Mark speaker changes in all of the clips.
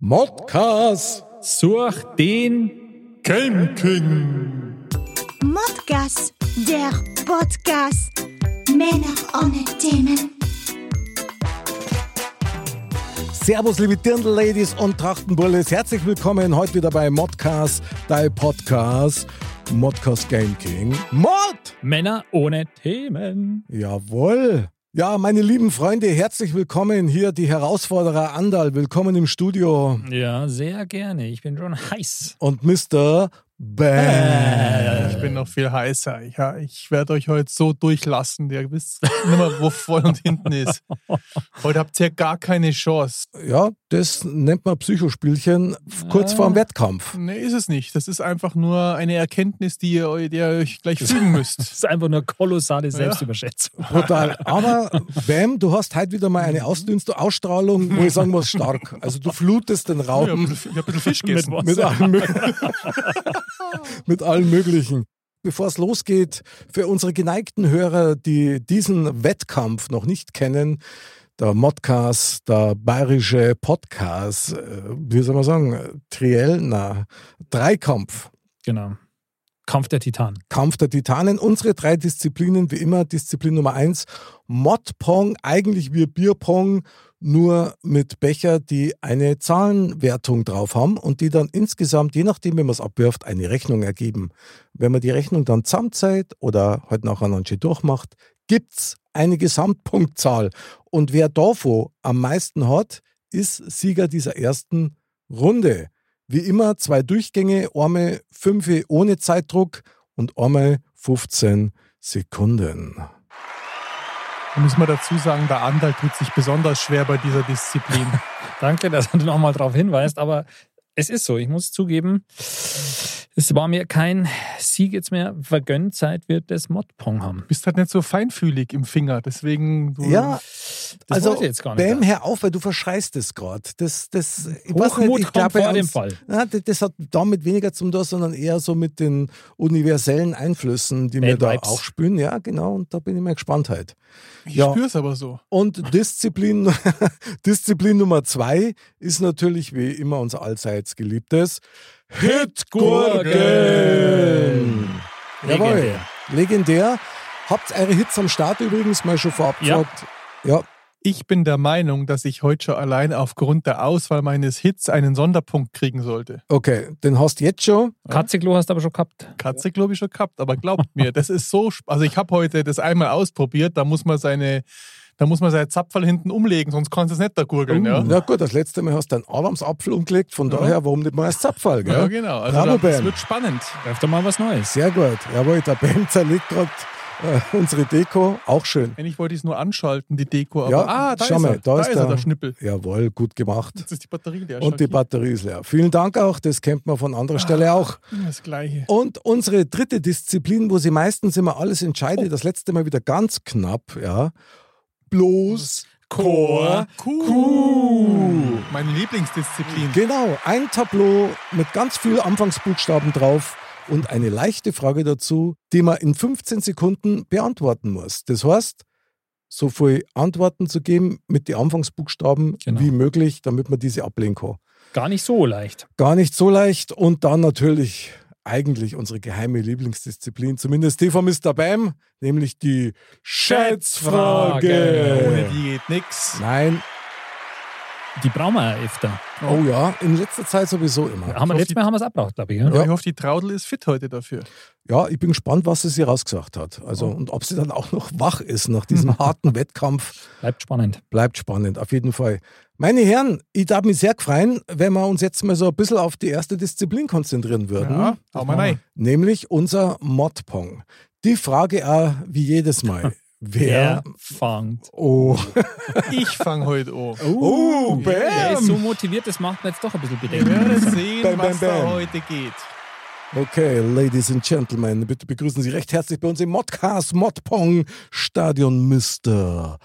Speaker 1: Modcast sucht den Game King.
Speaker 2: Modcast, der Podcast. Männer ohne Themen.
Speaker 3: Servus, liebe Dirndl-Ladies und Trachtenbullis. Herzlich willkommen heute wieder bei Modcast, dein Podcast. Modcast Game King. Mod!
Speaker 1: Männer ohne Themen.
Speaker 3: Jawohl! Ja, meine lieben Freunde, herzlich willkommen hier, die Herausforderer Andal. Willkommen im Studio.
Speaker 1: Ja, sehr gerne. Ich bin schon heiß.
Speaker 3: Und Mr. Bam.
Speaker 4: Äh, Ich bin noch viel heißer. Ich, ja, ich werde euch heute so durchlassen. Ihr wisst nicht mehr, wo vorne und hinten ist. Heute habt ihr gar keine Chance.
Speaker 3: Ja, das nennt man Psychospielchen f- kurz vorm Wettkampf.
Speaker 4: Nee, ist es nicht. Das ist einfach nur eine Erkenntnis, die ihr, eu- der ihr euch gleich fügen
Speaker 1: Das
Speaker 4: müsst.
Speaker 1: ist einfach nur kolossale Selbstüberschätzung.
Speaker 3: Brutal. Aber Bam, du hast heute wieder mal eine Ausdünste Ausstrahlung, wo ich sagen muss, stark. Also du flutest den
Speaker 4: Ich habe
Speaker 3: Raum
Speaker 4: ein bisschen Fisch
Speaker 1: Mit
Speaker 4: gegessen.
Speaker 1: was?
Speaker 3: mit, allen mö- mit allen möglichen. Bevor es losgeht, für unsere geneigten Hörer, die diesen Wettkampf noch nicht kennen, der Modcast, der bayerische Podcast, äh, wie soll man sagen, Triell, na, Dreikampf.
Speaker 1: Genau. Kampf der Titanen.
Speaker 3: Kampf der Titanen. Unsere drei Disziplinen, wie immer, Disziplin Nummer eins, Modpong, eigentlich wie Bierpong, nur mit Becher, die eine Zahlenwertung drauf haben und die dann insgesamt, je nachdem, wie man es abwirft, eine Rechnung ergeben. Wenn man die Rechnung dann zusammenzählt oder heute halt nacheinander durchmacht, gibt's eine Gesamtpunktzahl. Und wer davon am meisten hat, ist Sieger dieser ersten Runde. Wie immer zwei Durchgänge, einmal fünf ohne Zeitdruck und einmal 15 Sekunden.
Speaker 1: Hm.
Speaker 4: Da muss man dazu sagen, der Andal tut sich besonders schwer bei dieser Disziplin.
Speaker 1: Danke, dass du nochmal darauf hinweist, aber es ist so. Ich muss zugeben, es war mir kein Sieg jetzt mehr vergönnt, seit wir das Modpong haben.
Speaker 4: Du bist halt nicht so feinfühlig im Finger. Deswegen, du
Speaker 3: Ja,
Speaker 1: Das
Speaker 3: also
Speaker 1: wollte ich jetzt gar nicht.
Speaker 3: Bam, hör auf, weil du verschreist es gerade. Das, das, ich weiß
Speaker 1: Hochmut
Speaker 3: nicht, ich
Speaker 1: kommt vor dem
Speaker 3: ans-
Speaker 1: Fall.
Speaker 3: Ja, das, das hat damit weniger zum tun, sondern eher so mit den universellen Einflüssen, die mir da
Speaker 1: Vibes.
Speaker 3: aufspülen. Ja, genau, und da bin ich mal gespannt halt.
Speaker 4: ich
Speaker 3: ja.
Speaker 4: spür's aber so.
Speaker 3: Und Disziplin, Disziplin Nummer zwei ist natürlich wie immer unser allseits geliebtes Hitgurken. Jawohl,
Speaker 1: Legendär.
Speaker 3: legendär. Habt eure Hits am Start übrigens mal schon vorab
Speaker 1: Ja.
Speaker 3: gefragt. Ja,
Speaker 4: Ich bin der Meinung, dass ich heute schon allein aufgrund der Auswahl meines Hits einen Sonderpunkt kriegen sollte.
Speaker 3: okay, den hast du jetzt schon.
Speaker 1: Katzeklo hast du aber schon gehabt.
Speaker 4: Katze, glaube ich, schon gehabt, aber glaubt mir, das ist so. sp- Also, ich habe heute das einmal ausprobiert, da muss man seine. Da muss man seinen Zapferl hinten umlegen, sonst kannst du es nicht da gurgeln. ja.
Speaker 3: Na gut, das letzte Mal hast du einen Adamsapfel umgelegt, von daher, warum nicht mal als Zapfall, gell?
Speaker 4: ja, genau. Also
Speaker 3: Bravo,
Speaker 4: da, das
Speaker 3: Bam.
Speaker 4: wird spannend.
Speaker 1: Öfter mal was Neues.
Speaker 3: Sehr gut. Jawohl, der Bam zerlegt gerade äh, unsere Deko. Auch schön.
Speaker 4: Eigentlich wollte ich es nur anschalten, die Deko, aber
Speaker 3: Ja,
Speaker 4: ah, da
Speaker 3: schau
Speaker 4: ist
Speaker 3: mal,
Speaker 4: er, da, ist er, der Schnippel.
Speaker 3: Jawohl, gut gemacht.
Speaker 4: Das ist die Batterie, der
Speaker 3: Und die Batterie ist leer. Vielen Dank auch, das kennt man von anderer
Speaker 1: Ah.
Speaker 3: Stelle auch.
Speaker 4: Das Gleiche.
Speaker 3: Und unsere dritte Disziplin, wo sie meistens immer alles entscheidet,
Speaker 1: Oh.
Speaker 3: das letzte Mal wieder ganz knapp, ja. Bloß Oh,
Speaker 1: Chor.
Speaker 4: Kuh. Meine Lieblingsdisziplin.
Speaker 3: Genau, ein Tableau mit ganz viel Anfangsbuchstaben drauf und eine leichte Frage dazu, die man in 15 Sekunden beantworten muss. Das heißt, so viel Antworten zu geben mit den Anfangsbuchstaben
Speaker 1: Genau.
Speaker 3: wie möglich, damit man diese ablehnen kann.
Speaker 1: Gar nicht so leicht.
Speaker 3: Gar nicht so leicht und dann natürlich eigentlich unsere geheime Lieblingsdisziplin, zumindest die von Mr. Bam, nämlich die
Speaker 4: Ohne
Speaker 3: Schätzfrage.
Speaker 4: die geht nix.
Speaker 3: Nein,
Speaker 1: Die brauchen wir ja öfter.
Speaker 3: oh ja, in letzter Zeit sowieso immer.
Speaker 1: Haben wir, letztes Mal haben wir es abgebraucht, glaube ich. Ja?
Speaker 4: Ich hoffe, die Traudel ist fit heute dafür.
Speaker 3: Ja, ich bin gespannt, was sie hier rausgesagt hat. Also, und ob sie dann auch noch wach ist nach diesem harten Wettkampf.
Speaker 1: Bleibt spannend.
Speaker 3: Bleibt spannend, auf jeden Fall. Meine Herren, ich darf mich sehr freuen, wenn wir uns jetzt mal so ein bisschen auf die erste Disziplin konzentrieren würden.
Speaker 4: Ja, hau mal rein.
Speaker 3: Nämlich unser Modpong. Die Frage auch äh, wie jedes Mal. Wer?
Speaker 1: fangt?
Speaker 3: Oh.
Speaker 4: Ich fange heute an.
Speaker 3: Oh,
Speaker 1: Der ist so
Speaker 3: bam!
Speaker 1: motiviert, das macht mir jetzt doch ein bisschen
Speaker 4: Wir
Speaker 1: Bedenken.
Speaker 4: werden sehen,
Speaker 3: Bam, bam,
Speaker 4: was da
Speaker 3: bam.
Speaker 4: heute geht.
Speaker 3: Okay, Ladies and Gentlemen, bitte begrüßen Sie recht herzlich bei uns im Modcast Modpong Stadion Mr.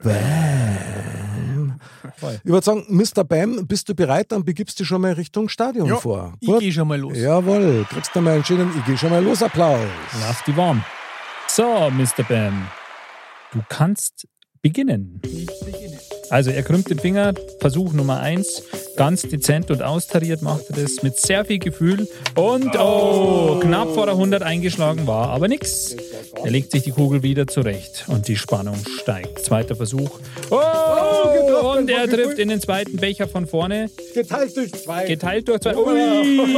Speaker 3: Bam.
Speaker 1: Voll.
Speaker 3: Ich würde sagen, Mr. Bam, bist du bereit? Dann begibst du schon mal Richtung Stadion
Speaker 4: Ja,
Speaker 3: vor.
Speaker 4: ich
Speaker 3: Gut.
Speaker 4: gehe schon mal los.
Speaker 3: Jawohl, kriegst du mal einen schönen Ich gehe schon mal los Applaus.
Speaker 1: Lass die warm. So, Mr. Bam, du kannst beginnen. Also er krümmt den Finger, Versuch Nummer eins, ganz dezent und austariert macht er das mit sehr viel Gefühl und oh, knapp vor der 100 eingeschlagen war, aber nix. Er legt sich die Kugel wieder zurecht und die Spannung steigt. Zweiter Versuch. Oh,
Speaker 3: getroffen,
Speaker 1: und er
Speaker 3: voll
Speaker 1: trifft
Speaker 3: gefühlt.
Speaker 1: in den zweiten Becher von vorne.
Speaker 3: Geteilt durch zwei.
Speaker 1: Geteilt durch zwei.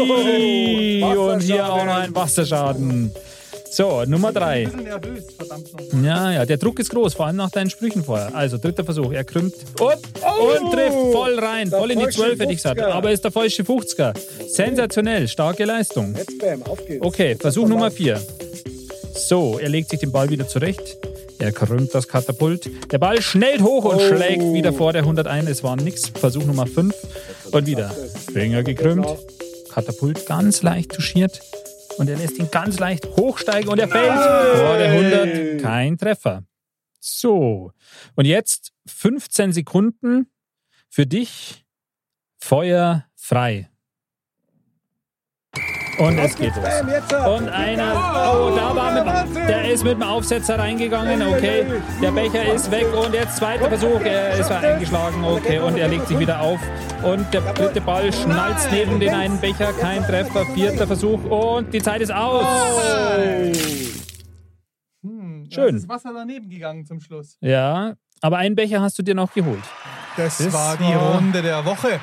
Speaker 1: Ui! Und hier auch noch ein Wasserschaden. So, Nummer drei. Ja, ja, der Druck ist groß, vor allem nach deinen Sprüchen vorher. Also, dritter Versuch, er krümmt und, und trifft voll rein, voll in die 12, hätte ich gesagt. Aber ist der falsche 50er. Sensationell, starke Leistung. Okay, Versuch Nummer 4. So, er legt sich den Ball wieder zurecht. Er krümmt das Katapult. Der Ball schnellt hoch und schlägt wieder vor der 100 ein. Es war nix. Versuch Nummer 5. Und wieder. Finger gekrümmt. Katapult ganz leicht touchiert. Und er lässt ihn ganz leicht hochsteigen und er fällt vor der 100. Kein Treffer. So. Und jetzt 15 Sekunden für dich. Feuer frei. Und es geht los. Und einer, oh, da war mit, der ist mit dem Aufsetzer reingegangen, okay. Der Becher ist weg und jetzt zweiter Versuch, er ist eingeschlagen, okay. Und er legt sich wieder auf und der dritte Ball schnallt neben den einen Becher, kein Treffer, vierter Versuch und die Zeit ist aus.
Speaker 4: Hm,
Speaker 1: Schön.
Speaker 4: Das Wasser daneben gegangen zum Schluss.
Speaker 1: Ja, aber einen Becher hast du dir noch geholt.
Speaker 4: Das,
Speaker 1: Das
Speaker 4: war die
Speaker 1: war-
Speaker 4: Runde der Woche.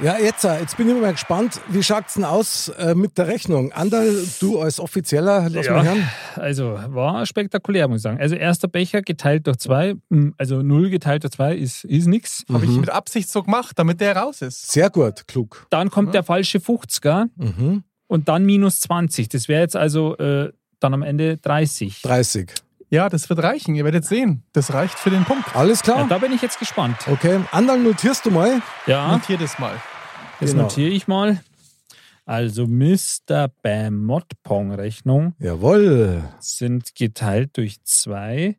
Speaker 3: Ja, jetzt, äh, jetzt bin ich mal gespannt, wie schaut's denn aus äh, mit der Rechnung? Anderl, du als Offizieller, lass
Speaker 1: Ja.
Speaker 3: mal hören.
Speaker 1: Also war spektakulär, muss ich sagen. Also erster Becher geteilt durch zwei, mm, also null geteilt durch zwei ist, ist nix.
Speaker 4: Habe ich mit Absicht so gemacht, damit der raus ist.
Speaker 3: Sehr gut, klug.
Speaker 1: Dann kommt der falsche 50er.
Speaker 3: Mhm.
Speaker 1: und dann minus 20. Das wäre jetzt also äh, dann am Ende 30.
Speaker 3: 30.
Speaker 4: Ja, das wird reichen. Ihr werdet sehen. Das reicht für den Punkt.
Speaker 3: Alles
Speaker 1: Ja,
Speaker 3: klar?
Speaker 1: da bin ich jetzt gespannt.
Speaker 3: okay. Anderl, notierst du mal?
Speaker 1: Ja,
Speaker 4: Notiert es mal.
Speaker 1: das
Speaker 3: genau.
Speaker 1: notiere ich mal. Also Mr. Bam Modpong Rechnung
Speaker 3: Jawohl.
Speaker 1: sind geteilt durch 2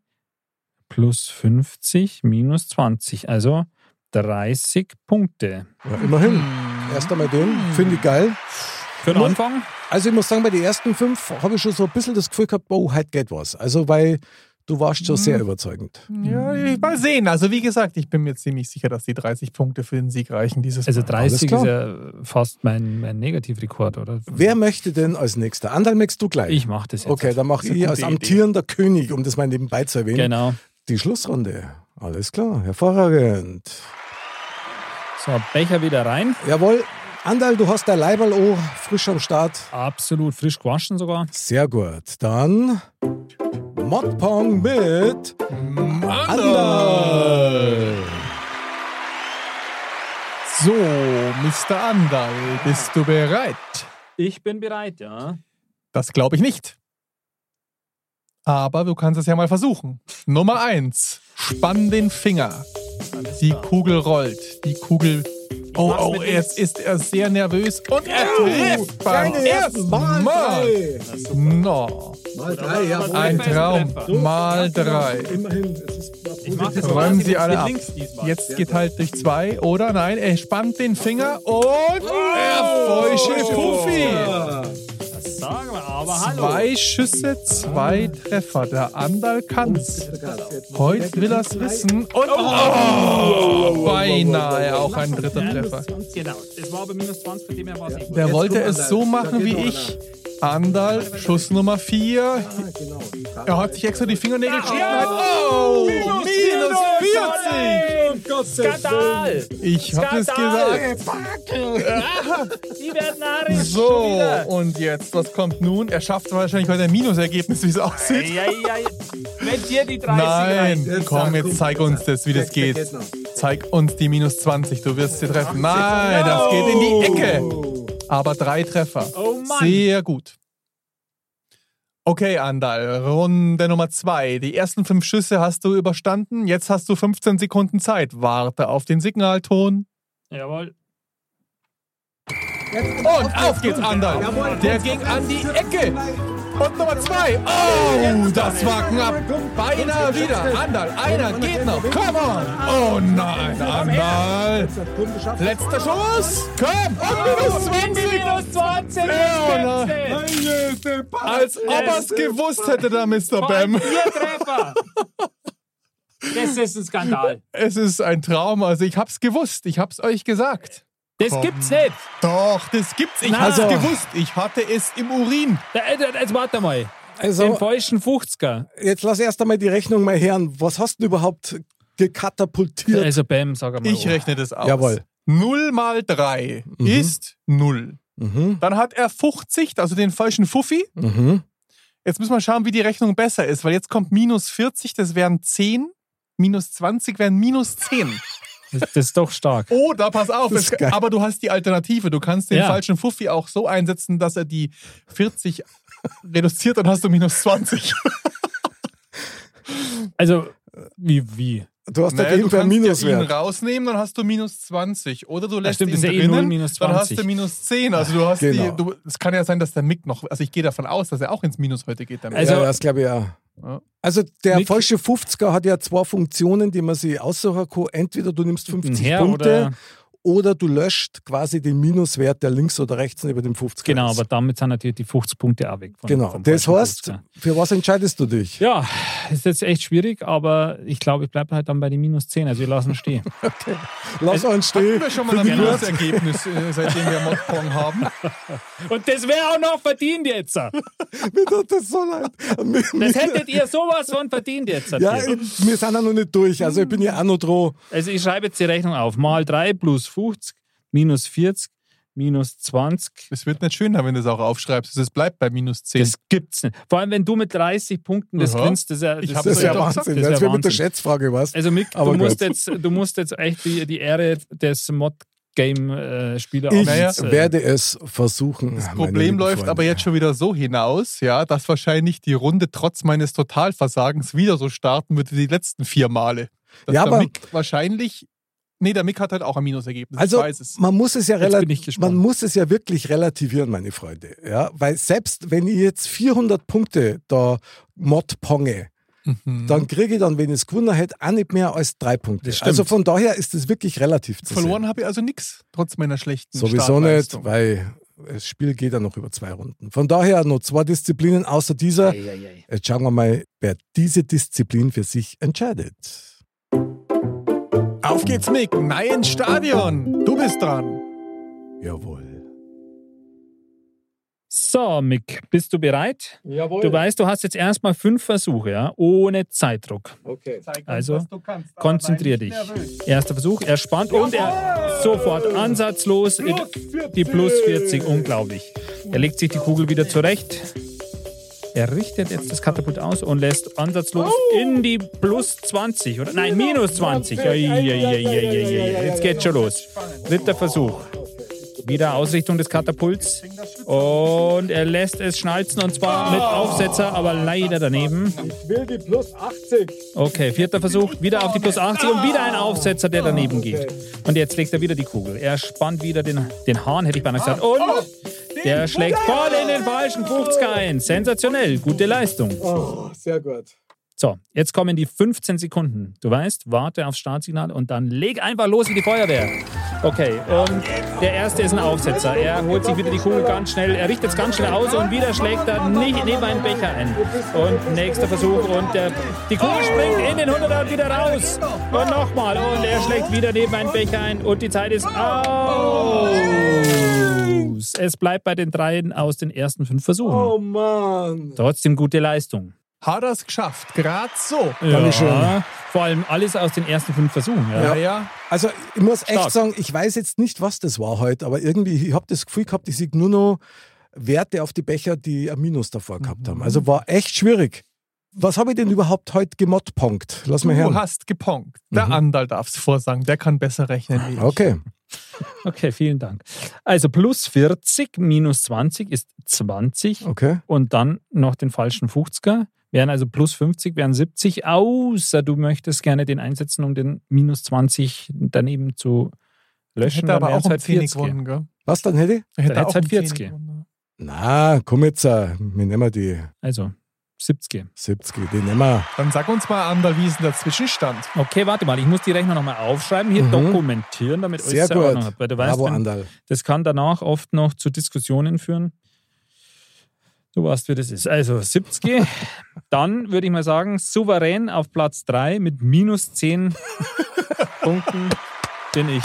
Speaker 1: plus 50 minus 20. Also 30 Punkte.
Speaker 3: Ja, immerhin.
Speaker 1: Mhm.
Speaker 3: Erst einmal den, finde ich geil.
Speaker 1: Für den Anfang?
Speaker 3: Also ich muss sagen, bei den ersten fünf habe ich schon so ein bisschen das Gefühl gehabt, oh, heute geht was. Also weil du warst
Speaker 1: Mhm.
Speaker 3: schon sehr überzeugend.
Speaker 4: Ja, ich- mal sehen. Also, wie gesagt, ich bin mir ziemlich sicher, dass die 30 Punkte für den Sieg reichen dieses
Speaker 1: Also
Speaker 4: Mal.
Speaker 1: 30
Speaker 3: klar.
Speaker 1: ist ja fast mein, mein Negativrekord, oder?
Speaker 3: Wer möchte denn als nächster? Anderl, möchtest du gleich?
Speaker 1: Ich mache das jetzt.
Speaker 3: Okay, dann mache
Speaker 4: eine
Speaker 3: ich
Speaker 4: gute
Speaker 3: als
Speaker 4: Idee.
Speaker 3: amtierender König, um das mal nebenbei zu erwähnen,
Speaker 1: Genau.
Speaker 3: die Schlussrunde. Alles klar, hervorragend.
Speaker 1: So, Becher wieder rein.
Speaker 3: Jawohl, Andal, du hast dein Leiberl oh, frisch am Start.
Speaker 1: Absolut frisch gewaschen sogar.
Speaker 3: Sehr gut. Dann Modpong mit Andal.
Speaker 4: So, Mr. Andal, bist du bereit?
Speaker 1: Ich bin bereit, ja.
Speaker 4: Das glaube ich nicht. Aber du kannst es ja mal versuchen. Nummer 1. Spann den Finger. Die Kugel rollt. Die Kugel. Oh,
Speaker 1: mach's
Speaker 4: oh,
Speaker 1: mit
Speaker 4: jetzt ist er sehr nervös und er trifft beim ersten Mal. No.
Speaker 3: Mal drei, jawohl.
Speaker 1: Treffer ist ein
Speaker 4: Ein Traum.
Speaker 1: Treffer.
Speaker 4: Mal drei.
Speaker 3: Immerhin, es ist
Speaker 1: Ich mach das so, dass
Speaker 4: Räumen
Speaker 1: ich
Speaker 4: Sie alle
Speaker 1: mit
Speaker 4: ab.
Speaker 1: links diesmal.
Speaker 4: Jetzt geteilt durch zwei, oder? Nein, er spannt den Finger und
Speaker 1: Oh!
Speaker 4: er feuchte Puffy.
Speaker 1: Das sagen wir, aber hallo.
Speaker 4: Zwei Schüsse, zwei Treffer. Der Andal kann's. Heute will er's wissen. Und oh, beinahe auch ein dritter Treffer.
Speaker 1: Genau, es war aber minus 20, von dem her war es nicht gut.
Speaker 4: Der wollte es so machen wie ich. Andal, Schuss Nummer 4. Er hat sich extra die Fingernägel geschnitten. und hat- Oh, minus 40.
Speaker 1: Skandal!
Speaker 4: Ich hab es
Speaker 1: Skandal!
Speaker 4: gesagt.
Speaker 1: Die werden arisch schon
Speaker 4: So,
Speaker 1: wieder.
Speaker 4: und jetzt, was kommt nun? Er schafft wahrscheinlich heute ein Minusergebnis, wie es aussieht.
Speaker 1: Eieiei. Wenn dir die 30 rein.
Speaker 4: Nein, komm, jetzt zeig uns das, wie das geht. Zeig uns die minus 20, du wirst sie treffen. Nein, das geht in die Ecke. Aber drei Treffer.
Speaker 1: Oh Mann.
Speaker 4: Sehr gut. Okay, Andal, Runde Nummer zwei. Die ersten fünf Schüsse hast du überstanden. Jetzt hast du 15 Sekunden Zeit. Warte auf den Signalton.
Speaker 1: Jawohl.
Speaker 4: Und auf geht's, Andal. Der ging an die Ecke. Und Nummer zwei. Oh, das war knapp. Beinahe wieder. Andal, einer geht noch. Come on. Oh nein, Andal. Letzter Schuss. Komm. Und minus 20.
Speaker 1: Minus 20!
Speaker 4: Ja,
Speaker 1: Ihr
Speaker 4: Als ob er's gewusst hätte, der Mr. Bam.
Speaker 1: Treffer! Das ist ein Skandal.
Speaker 4: Es ist ein Traum. Also ich hab's gewusst. Ich hab's euch gesagt.
Speaker 1: Das gibt's nicht.
Speaker 4: Doch, das gibt's. Ich
Speaker 1: Na.
Speaker 4: hab's
Speaker 1: Also.
Speaker 4: gewusst. Ich hatte es im Urin.
Speaker 1: Da- äh, da- Jetzt warte mal. Den
Speaker 3: Also,
Speaker 1: falschen 50er.
Speaker 3: jetzt lass erst einmal die Rechnung mal hören. Was hast du denn überhaupt gekatapultiert?
Speaker 4: Äh,
Speaker 1: Also Bam, sag mal.
Speaker 4: Ich rechne das aus.
Speaker 3: um. Jawohl.
Speaker 4: 0 mal 3 ist 0.
Speaker 3: Mhm,
Speaker 4: Dann hat er 50, also den falschen Fuffi.
Speaker 3: mhm.
Speaker 4: Jetzt müssen wir schauen, wie die Rechnung besser ist, weil jetzt kommt minus 40, das wären 10. Minus 20 wären minus 10.
Speaker 1: Das, das ist doch
Speaker 3: Oh.
Speaker 1: stark.
Speaker 4: Oder, pass auf,
Speaker 3: Das ist
Speaker 4: es,
Speaker 3: geil.
Speaker 4: aber du hast die Alternative. Du kannst den
Speaker 1: Ja.
Speaker 4: falschen Fuffi auch so einsetzen, dass er die 40 reduziert, dann hast du minus 20.
Speaker 1: Also, wie, wie?
Speaker 3: Du hast auf
Speaker 4: Naja,
Speaker 3: jeden
Speaker 4: du
Speaker 3: Fall
Speaker 4: kannst ja ihn
Speaker 3: Minuswert.
Speaker 4: rausnehmen, dann hast du minus 20. Oder du lässt
Speaker 1: stimmt,
Speaker 4: ihn
Speaker 1: ist ja eh null
Speaker 4: drinnen,
Speaker 1: minus
Speaker 4: dann hast
Speaker 1: 20.
Speaker 4: du minus 10. Also du hast
Speaker 3: Genau.
Speaker 4: die, du, es kann ja sein, dass der Mick noch, also ich gehe davon aus, dass er auch ins Minus heute geht damit.
Speaker 1: Also-
Speaker 3: ja, das glaube ich auch.
Speaker 4: Ja.
Speaker 3: Also der
Speaker 1: Mit-
Speaker 3: falsche 50er hat ja zwei Funktionen, die man sich aussuchen kann. Entweder du nimmst 50
Speaker 1: Her
Speaker 3: Punkte
Speaker 1: oder-
Speaker 3: oder, du löscht quasi den Minuswert, der links oder rechts neben dem 50er
Speaker 1: Genau,
Speaker 3: ist.
Speaker 1: aber damit sind natürlich die 50 Punkte auch weg. von-
Speaker 3: genau.
Speaker 1: vom
Speaker 3: Das
Speaker 1: falschen
Speaker 3: heißt,
Speaker 1: 50er.
Speaker 3: für was entscheidest du dich?
Speaker 1: Ja, ist jetzt echt schwierig, aber ich glaube, ich bleibe halt dann bei den minus 10. Also wir lassen stehen.
Speaker 3: Lass uns stehen.
Speaker 4: Hatten wir schon mal ein
Speaker 1: Genau.
Speaker 4: Minusergebnis, äh, seitdem wir Modpong haben.
Speaker 1: Und das wäre auch noch verdient jetzt.
Speaker 3: Mir tut das so leid. Mir-
Speaker 1: Das
Speaker 3: mir-
Speaker 1: hättet ihr sowas von verdient jetzt.
Speaker 3: ja,
Speaker 1: ihr.
Speaker 3: ich, wir sind ja noch nicht durch. Also ich bin ja auch noch dran.
Speaker 1: Also ich schreibe jetzt die Rechnung auf. Mal 3 plus 50 minus 40 minus 20.
Speaker 4: Es wird nicht schöner, wenn du es auch aufschreibst. Also Es bleibt bei minus 10.
Speaker 1: Das gibt's nicht. Vor allem, wenn du mit 30 Punkten das
Speaker 4: Aha.
Speaker 1: gewinnst, das, ist ja-
Speaker 4: Ich
Speaker 1: das
Speaker 4: hab's
Speaker 3: Das ist
Speaker 4: Ja,
Speaker 3: ja
Speaker 4: doch,
Speaker 3: Wahnsinn.
Speaker 1: das
Speaker 3: Das
Speaker 1: ist
Speaker 3: ist wie
Speaker 1: ja
Speaker 3: mit der
Speaker 1: Wahnsinn.
Speaker 3: Schätzfrage, was?
Speaker 1: Also Mick,
Speaker 3: Aber
Speaker 1: du musst,
Speaker 3: gut.
Speaker 1: jetzt, du musst jetzt echt die, die Ehre des äh, Mod-Game-Spieler
Speaker 3: ich
Speaker 4: naja,
Speaker 3: werde es versuchen.
Speaker 4: Das Problem läuft aber jetzt schon wieder so hinaus, ja, dass wahrscheinlich die Runde trotz meines Totalversagens wieder so starten wird wie die letzten vier Male. Dass
Speaker 3: Ja,
Speaker 4: der
Speaker 3: aber-
Speaker 4: Mick wahrscheinlich. Nee, der Mick hat halt auch ein Minusergebnis.
Speaker 3: Also
Speaker 4: ich weiß es.
Speaker 3: man muss es ja
Speaker 1: Jetzt bin
Speaker 3: rela-
Speaker 1: ich
Speaker 3: man
Speaker 1: gespannt.
Speaker 3: muss es ja wirklich relativieren, meine Freunde, ja, weil selbst wenn ich jetzt 400 Punkte da Mod ponge, dann kriege ich dann, wenn ich es gewonnen hätte, auch nicht mehr als drei Punkte.
Speaker 1: Mhm. Das stimmt.
Speaker 3: Also von daher ist es wirklich relativ zu
Speaker 4: Verloren habe ich also nichts, trotz meiner schlechten
Speaker 3: sehen. Sowieso nicht,
Speaker 4: Startleistung.
Speaker 3: weil das Spiel geht ja noch über zwei Runden. Von daher noch zwei Disziplinen außer dieser. Jetzt schauen wir mal, wer diese Disziplin für sich entscheidet.
Speaker 4: Auf geht's, Mick. Nein, Stadion. Du bist dran.
Speaker 3: Jawohl.
Speaker 1: So, Mick, bist du bereit?
Speaker 4: Jawohl.
Speaker 1: Du weißt, du hast jetzt erstmal fünf Versuche, ja, ohne Zeitdruck.
Speaker 3: Okay.
Speaker 1: Also, Konzentrier dich. Erster Versuch, er spannt und er sofort ansatzlos in die plus 40, unglaublich. Er legt sich die Kugel wieder zurecht. Er richtet jetzt das Katapult aus und lässt ansatzlos in die plus 20 oder nein, Oh! minus 20. Ei, ei, ei, ei, ei, ei. Jetzt geht's schon los. Dritter Versuch. Wieder Ausrichtung des Katapults. Und er lässt es schnalzen und zwar mit Aufsetzer, aber leider daneben. Okay, vierter Versuch, wieder auf die plus 80 und wieder ein Aufsetzer, der daneben geht. Und jetzt legt er wieder die Kugel. Er spannt wieder den, den Hahn, hätte ich beinahe gesagt. Und der schlägt voll in den falschen 50er ein. Sensationell, gute Leistung.
Speaker 3: Oh, Sehr gut.
Speaker 1: So, jetzt kommen die 15 Sekunden. Du weißt, warte aufs Startsignal und dann leg einfach los wie die Feuerwehr. Okay, und der erste ist ein Aufsetzer. Er holt sich wieder die Kugel ganz schnell, er richtet es ganz schnell aus und wieder schlägt er nicht neben einen Becher ein. Und nächster Versuch und der, die Kugel springt in den 100er wieder raus. Und nochmal und er schlägt wieder neben einen Becher ein und die Zeit ist aus. Es bleibt bei den dreien aus den ersten fünf Versuchen.
Speaker 3: Oh Mann.
Speaker 1: Trotzdem gute Leistung.
Speaker 4: Hat er es geschafft. Gerade so.
Speaker 3: Dankeschön.
Speaker 1: Ja, vor allem alles aus den ersten fünf Versuchen. Ja.
Speaker 4: Ja, ja.
Speaker 3: Also ich muss echt
Speaker 1: Stark.
Speaker 3: sagen, ich weiß jetzt nicht, was das war heute, aber irgendwie, ich habe das Gefühl gehabt, ich sehe nur noch Werte auf die Becher, die ein Minus davor gehabt haben.
Speaker 4: Mhm.
Speaker 3: Also war echt schwierig. Was habe ich denn überhaupt heute gemottpunkt? Lass mal
Speaker 4: Du
Speaker 3: hören.
Speaker 1: Mhm.
Speaker 4: hast geponkt. Der Andal darf es vorsagen. Der kann besser rechnen wie ich.
Speaker 3: Okay.
Speaker 1: Okay, vielen Dank. Also plus 40 minus 20 ist 20
Speaker 3: Okay.
Speaker 1: und dann noch den falschen 50er. Wären also plus 50, wären 70, außer du möchtest gerne den einsetzen, um den minus 20 daneben zu löschen.
Speaker 4: Hätte aber
Speaker 1: wären's
Speaker 4: auch um 10
Speaker 1: 40er.
Speaker 4: gewonnen, gell?
Speaker 3: Was dann hätte ich?
Speaker 1: Dann hätt's halt
Speaker 4: um 10
Speaker 1: 40
Speaker 4: gewonnen.
Speaker 3: Na, komm jetzt, äh, wir nehmen die
Speaker 1: Also 70.
Speaker 3: 70, die nehmen wir.
Speaker 4: Dann sag uns mal, Ander, wie ist denn der Zwischenstand?
Speaker 1: Okay, warte mal, ich muss die Rechnung nochmal aufschreiben, hier
Speaker 3: Mhm.
Speaker 1: dokumentieren, damit
Speaker 3: Sehr
Speaker 1: euch Ordnung
Speaker 3: gut.
Speaker 1: habt. Weil du weißt, genau,
Speaker 3: Bravo,
Speaker 1: wenn,
Speaker 3: Andal.
Speaker 1: das kann danach oft noch zu Diskussionen führen. Du weißt, wie das ist. Also 70. Dann würde ich mal sagen, souverän auf Platz 3 mit minus 10 Punkten bin ich.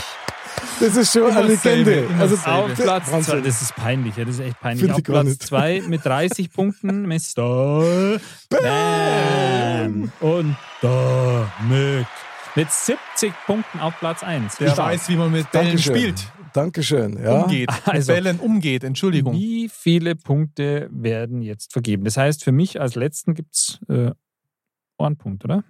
Speaker 3: Das ist schon eine
Speaker 4: Immer dasselbe,
Speaker 3: Legende.
Speaker 4: immer
Speaker 3: Also,
Speaker 1: Auf
Speaker 3: das-
Speaker 1: Platz 2.
Speaker 3: Wahnsinn.
Speaker 1: Das ist peinlich, ja, das ist echt peinlich.
Speaker 3: Find
Speaker 1: Auf
Speaker 3: ich gar
Speaker 1: Platz
Speaker 3: nicht.
Speaker 1: 2 mit 30 Punkten Mr. Bam. Und damit mit 70 Punkten auf Platz 1.
Speaker 4: Der weiß, wie man mit Bällen
Speaker 3: Dankeschön.
Speaker 4: spielt.
Speaker 3: Dankeschön. Ja.
Speaker 4: Umgeht. Mit
Speaker 1: Also-
Speaker 4: Bällen umgeht, Entschuldigung.
Speaker 1: Wie viele Punkte werden jetzt vergeben? Das heißt, für mich als Letzten gibt es äh, einen Punkt, oder?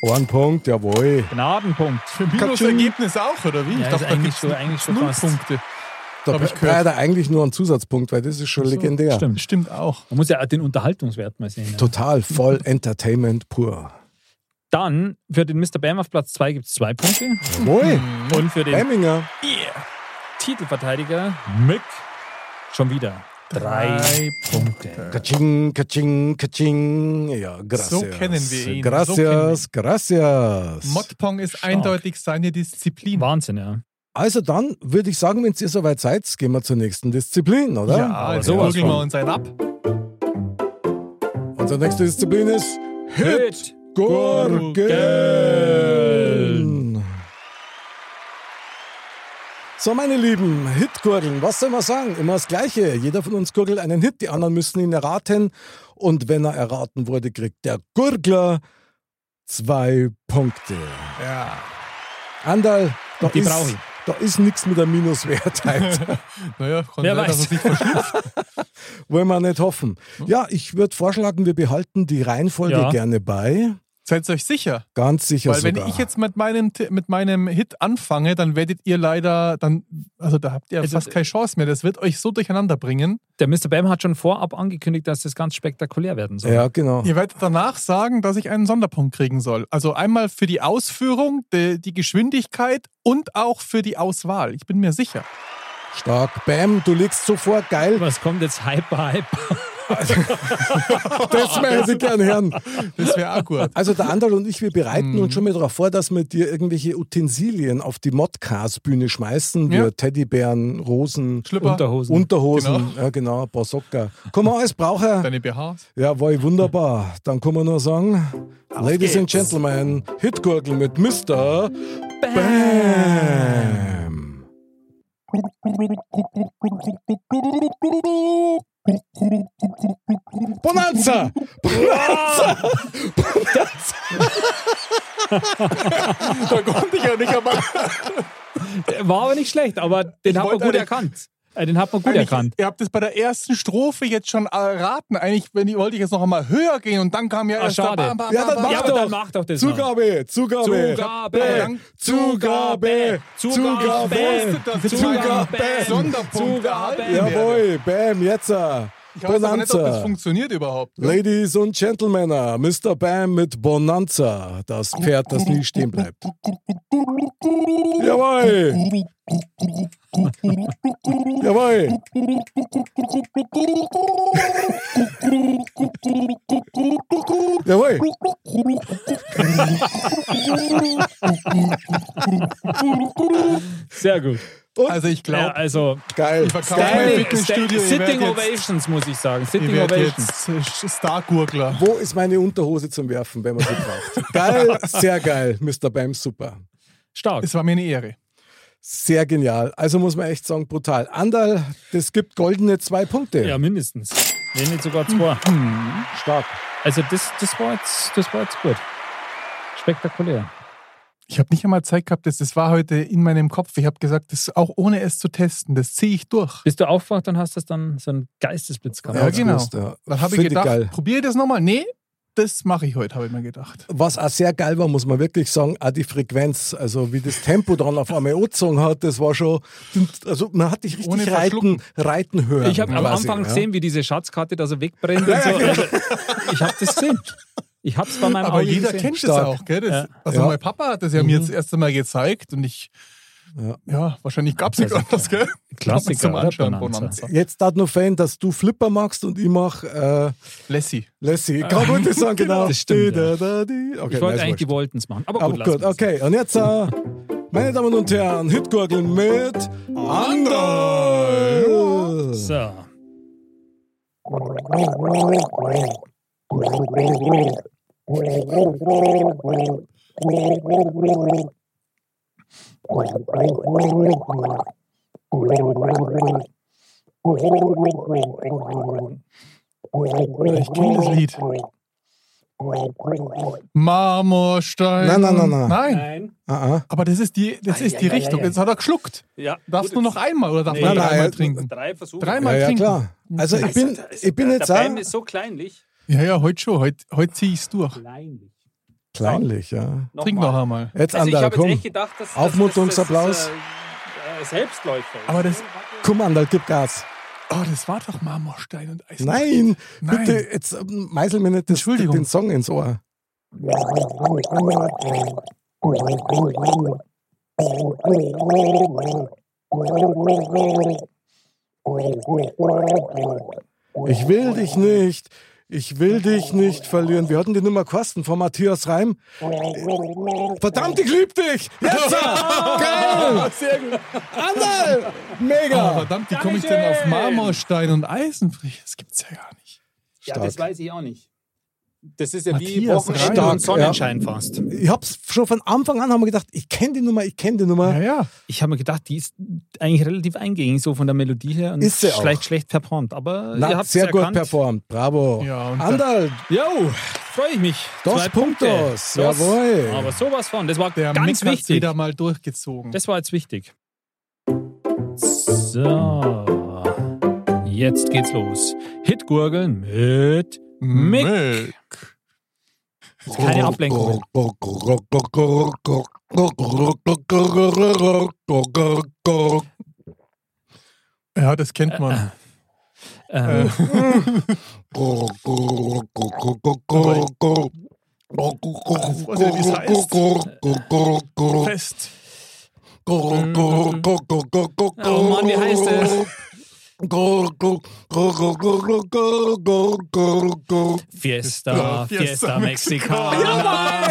Speaker 3: Ohrenpunkt, jawohl.
Speaker 1: Gnadenpunkt.
Speaker 4: Für Minusergebnis auch, oder wie?
Speaker 1: Ja, ist eigentlich
Speaker 4: gibt's
Speaker 1: so- eigentlich so
Speaker 4: null
Speaker 1: fast.
Speaker 4: Punkte.
Speaker 3: Da
Speaker 4: Hab ich
Speaker 3: braucht
Speaker 4: gehört.
Speaker 3: er eigentlich nur einen Zusatzpunkt, weil das ist schon legendär.
Speaker 1: Stimmt.
Speaker 4: Stimmt auch.
Speaker 1: Man muss ja auch den Unterhaltungswert mal sehen. Ja.
Speaker 3: Total voll Entertainment pur.
Speaker 1: Dann für den Mr. Bam auf Platz 2 gibt es zwei Punkte.
Speaker 3: Jawohl.
Speaker 1: Und für den
Speaker 3: Emminger.
Speaker 1: Titelverteidiger Mick schon wieder drei,
Speaker 4: Drei
Speaker 1: Punkte.
Speaker 3: Kaching, kaching, kaching. Ja, gracias.
Speaker 4: So kennen wir ihn.
Speaker 3: Gracias,
Speaker 4: So kennen wir
Speaker 3: gracias.
Speaker 4: Modpong ist
Speaker 1: Stark.
Speaker 4: eindeutig seine Disziplin.
Speaker 1: Wahnsinn, ja.
Speaker 3: also dann würde ich sagen, wenn ihr soweit seid, gehen wir zur nächsten Disziplin, oder?
Speaker 4: Ja, also
Speaker 1: sowas
Speaker 4: prügeln wir
Speaker 1: von.
Speaker 4: uns einen ab.
Speaker 3: Unsere nächste Disziplin ist
Speaker 1: Hit!
Speaker 3: Gurgeln. So, meine Lieben, Hitgurgeln, was soll man sagen? Immer das Gleiche. Jeder von uns gurgelt einen Hit, die anderen müssen ihn erraten. Und wenn er erraten wurde, kriegt der Gurgler zwei Punkte.
Speaker 4: Ja.
Speaker 3: Andal, da
Speaker 1: Die
Speaker 3: ist,
Speaker 1: brauch ich.
Speaker 3: da ist nichts mit der Minuswertheit.
Speaker 4: Naja, kann
Speaker 1: Wer
Speaker 4: sein, dass
Speaker 1: weiß.
Speaker 4: es nicht verschluckt.
Speaker 3: Wollen wir nicht hoffen.
Speaker 4: Hm?
Speaker 3: Ja, ich würde vorschlagen, wir behalten die Reihenfolge
Speaker 1: Ja.
Speaker 3: gerne bei.
Speaker 4: Seid euch sicher.
Speaker 3: Ganz sicher
Speaker 4: Weil wenn
Speaker 3: sogar.
Speaker 4: ich jetzt mit meinem, Ti- mit meinem Hit anfange, dann werdet ihr leider, dann, also da habt ihr
Speaker 1: Also,
Speaker 4: fast keine Chance mehr. Das wird euch so durcheinander bringen.
Speaker 1: Der Mr. Bam hat schon vorab angekündigt, dass das ganz spektakulär werden soll.
Speaker 3: ja, genau.
Speaker 4: Ihr werdet danach sagen, dass ich einen Sonderpunkt kriegen soll. Also einmal für die Ausführung, die, die Geschwindigkeit und auch für die Auswahl. Ich bin mir sicher.
Speaker 3: Stark. Bam, du liegst sofort geil.
Speaker 1: Was kommt jetzt? Hyper, Hyper.
Speaker 3: Das möchte ich gerne hören.
Speaker 4: Das wäre auch gut.
Speaker 3: Also der Anderl und ich, wir bereiten
Speaker 4: Mhm.
Speaker 3: uns schon mal darauf vor, dass wir dir irgendwelche Utensilien auf die Modcast-Bühne schmeißen. Wir
Speaker 4: Ja.
Speaker 3: Teddybären, Rosen,
Speaker 4: Schlüpper,
Speaker 1: Unterhosen.
Speaker 3: Unterhosen,
Speaker 4: Genau.
Speaker 3: ja genau, ein paar Socker. Kann man alles brauchen.
Speaker 4: deine BHs.
Speaker 3: Jawohl, wunderbar. Dann kann man nur sagen, Ladies and Gentlemen, Hitgurgel mit Mr. Bam. Bonanza! Bonanza!
Speaker 4: Da konnte ich ja nicht einmal.
Speaker 1: War aber nicht schlecht, aber den hat man
Speaker 4: wollte
Speaker 1: gut
Speaker 4: eigentlich-
Speaker 1: erkannt. Äh, den hat man gut
Speaker 4: Eigentlich,
Speaker 1: erkannt.
Speaker 4: Ihr habt es bei der ersten Strophe jetzt schon äh, erraten. Eigentlich wenn ich, wollte ich jetzt noch einmal höher gehen und dann kam ja
Speaker 1: Ah,
Speaker 4: erst der
Speaker 1: schade.
Speaker 4: Bam, Bam,
Speaker 3: Ja,
Speaker 4: Bam,
Speaker 3: dann
Speaker 4: Bam.
Speaker 3: mach
Speaker 1: Ja, aber
Speaker 3: doch.
Speaker 1: dann mach doch das mal.
Speaker 3: Zugabe, Zugabe,
Speaker 1: Zugabe,
Speaker 3: Zugabe, Zugabe,
Speaker 4: Ich wusste, dass ich
Speaker 3: Zugabe,
Speaker 4: meinen Sonderpunkt erhalten werde.
Speaker 3: Jawohl, Bam, jetzt. äh,
Speaker 4: Ich weiß aber nicht, ob das
Speaker 3: Bonanza.
Speaker 4: funktioniert überhaupt.
Speaker 3: Ladies und Gentlemen, Mr. Bam mit Bonanza, das Pferd, das nie stehen bleibt. Jawohl! Jawohl! Jawohl!
Speaker 1: Sehr gut.
Speaker 4: Also ich
Speaker 1: Ja,
Speaker 4: glaube,
Speaker 1: also,
Speaker 3: Geil!
Speaker 4: ich verkaufe mein
Speaker 1: Standing,
Speaker 4: Fitnessstudio. ihr
Speaker 1: Sitting
Speaker 4: werdet jetzt-
Speaker 1: Ovations, muss ich sagen.
Speaker 4: Ihr
Speaker 1: Sitting
Speaker 4: werdet
Speaker 1: Ovations.
Speaker 4: jetzt äh, Star-Gurgler.
Speaker 3: Wo ist meine Unterhose zum Werfen, wenn man sie braucht? Geil, sehr geil, Mr. Bam, super.
Speaker 1: Stark.
Speaker 4: Es war mir eine Ehre.
Speaker 3: Sehr genial. Also muss man echt sagen, brutal. Andal, das gibt goldene zwei Punkte.
Speaker 1: Ja, mindestens. Wenn nicht sogar zwei.
Speaker 3: Stark.
Speaker 1: Also das, das, war jetzt, das war jetzt gut. Spektakulär.
Speaker 4: Ich habe nicht einmal Zeit gehabt, das, das war heute in meinem Kopf. Ich habe gesagt, das auch ohne es zu testen, das ziehe ich durch.
Speaker 1: Bist du aufgewacht, dann hast du dann so einen Geistesblitz gehabt.
Speaker 4: Ja, genau.
Speaker 3: gewusst, ja.
Speaker 4: Dann habe ich
Speaker 3: Finde ich
Speaker 4: gedacht,
Speaker 3: geil.
Speaker 4: probier das nochmal. Nee, das mache ich heute, habe ich mir gedacht.
Speaker 3: Was auch sehr geil war, muss man wirklich sagen, auch die Frequenz, also wie das Tempo dann auf einmal angezogen hat, das war schon, also man hat dich
Speaker 4: Ohne
Speaker 3: richtig reiten, reiten hören.
Speaker 1: Ich habe am
Speaker 3: quasi,
Speaker 1: Anfang
Speaker 3: ja.
Speaker 1: gesehen, wie diese Schatzkarte da so wegbrennt und so. Also, ich habe das gesehen. Ich habe es bei meinem
Speaker 4: Aber
Speaker 1: Auge
Speaker 4: jeder
Speaker 1: gesehen.
Speaker 4: kennt das auch, gell? Das, Also
Speaker 3: Ja.
Speaker 4: mein Papa hat das ja mir das erste Mal gezeigt und ich. Ja, wahrscheinlich gab es nichts anderes, gell?
Speaker 1: Klassiker,
Speaker 4: Zum
Speaker 1: oder?
Speaker 4: Anschauen,
Speaker 1: Bonanza.
Speaker 4: Bonanza.
Speaker 3: Jetzt darf nur Fan, dass du Flipper machst und ich mache äh,
Speaker 4: Lassie.
Speaker 3: Lassie.
Speaker 4: Äh,
Speaker 3: Ich kann gut sagen, genau.
Speaker 1: Das stimmt,
Speaker 3: Di,
Speaker 1: ja.
Speaker 3: da, da, di. Okay,
Speaker 1: Ich wollte
Speaker 3: nein, ist
Speaker 1: eigentlich, die
Speaker 3: wurscht.
Speaker 1: wollten es machen. Aber gut,
Speaker 3: Aber
Speaker 1: lassen
Speaker 3: gut,
Speaker 1: wir's.
Speaker 3: okay. Und jetzt, äh, meine Damen und Herren, Hitgurgeln mit Andal.
Speaker 1: So.
Speaker 4: Ich kenne das Lied. Marmorstein.
Speaker 3: Nein, nein, nein, nein.
Speaker 4: Nein,
Speaker 1: Nein.
Speaker 3: Ah, ah.
Speaker 4: aber das ist die, das ist die Richtung. Jetzt hat er geschluckt.
Speaker 1: Ja.
Speaker 4: Darfst du noch einmal oder darf
Speaker 1: Nee.
Speaker 4: man
Speaker 3: Nein, nein,
Speaker 4: dreimal
Speaker 3: er-
Speaker 4: trinken?
Speaker 1: Drei Versuche.
Speaker 3: Ja,
Speaker 4: Dreimal
Speaker 3: ja,
Speaker 4: trinken.
Speaker 3: klar. Also ich bin, ich bin jetzt auch
Speaker 1: so kleinlich.
Speaker 4: Ja, ja, heute schon. Heute, heute ziehe ich es durch.
Speaker 1: Kleinlich.
Speaker 3: kleinlich, ja.
Speaker 4: Trink noch einmal.
Speaker 3: Jetzt
Speaker 1: Also
Speaker 3: Andal, komm.
Speaker 1: gedacht, dass...
Speaker 3: Aufmunterungsapplaus.
Speaker 1: äh, Selbstläufer.
Speaker 4: Aber das,
Speaker 3: Komm, Andal, gib Gas.
Speaker 4: oh, das war doch Marmorstein und Eis.
Speaker 3: Nein,
Speaker 4: Nein.
Speaker 3: bitte, jetzt ähm, meißel mir nicht das,
Speaker 4: Entschuldigung.
Speaker 3: den Song ins Ohr.
Speaker 4: Oh.
Speaker 3: Ich will dich nicht, ich will dich nicht verlieren. Wir hatten die Nummer Kosten von Matthias Reim. Verdammt, ich lieb dich! Jetzt! Geil!
Speaker 4: Sehr gut.
Speaker 3: Anderl!
Speaker 4: Ah,
Speaker 3: Mega!
Speaker 4: verdammt, wie komme ich denn auf Marmorstein und Eisenbrich? Das gibt's ja gar nicht.
Speaker 1: Ja,
Speaker 3: Stark.
Speaker 1: das weiß ich auch nicht. Das ist ja wie
Speaker 4: Matthias
Speaker 1: Wochenende
Speaker 3: Reim.
Speaker 1: und Sonnenschein fast.
Speaker 3: Ich hab's schon von Anfang an haben wir gedacht, ich kenne die Nummer, ich kenne die Nummer.
Speaker 4: Ja, ja.
Speaker 1: Ich habe mir gedacht, die ist eigentlich relativ eingängig, so von der Melodie her. Und
Speaker 3: Ist sie auch.
Speaker 1: Schlecht, schlecht performt. Aber ihr
Speaker 3: Na,
Speaker 1: habt
Speaker 3: sehr gut
Speaker 1: erkannt.
Speaker 3: performt. Bravo.
Speaker 4: Ja, und
Speaker 3: Anderl,
Speaker 1: Jo, freue ich mich.
Speaker 3: Dos
Speaker 1: Zwei Punkte.
Speaker 3: puntos,
Speaker 1: Dos.
Speaker 3: jawohl.
Speaker 1: Aber sowas von. Das war
Speaker 4: Der
Speaker 1: ganz
Speaker 4: Mick hat's
Speaker 1: wichtig.
Speaker 4: wieder mal durchgezogen.
Speaker 1: Das war jetzt wichtig. So. Jetzt geht's los. Hitgurgeln mit
Speaker 4: Mhm.
Speaker 1: Mick. Jetzt Keine Ablenkung.
Speaker 4: Ja, das kennt man.
Speaker 1: Ähm,
Speaker 4: Äh. Fest. Äh.
Speaker 1: oh Mann, wie heißt das? Fiesta, Fiesta,
Speaker 4: Ja, Fiesta
Speaker 1: Mexicana.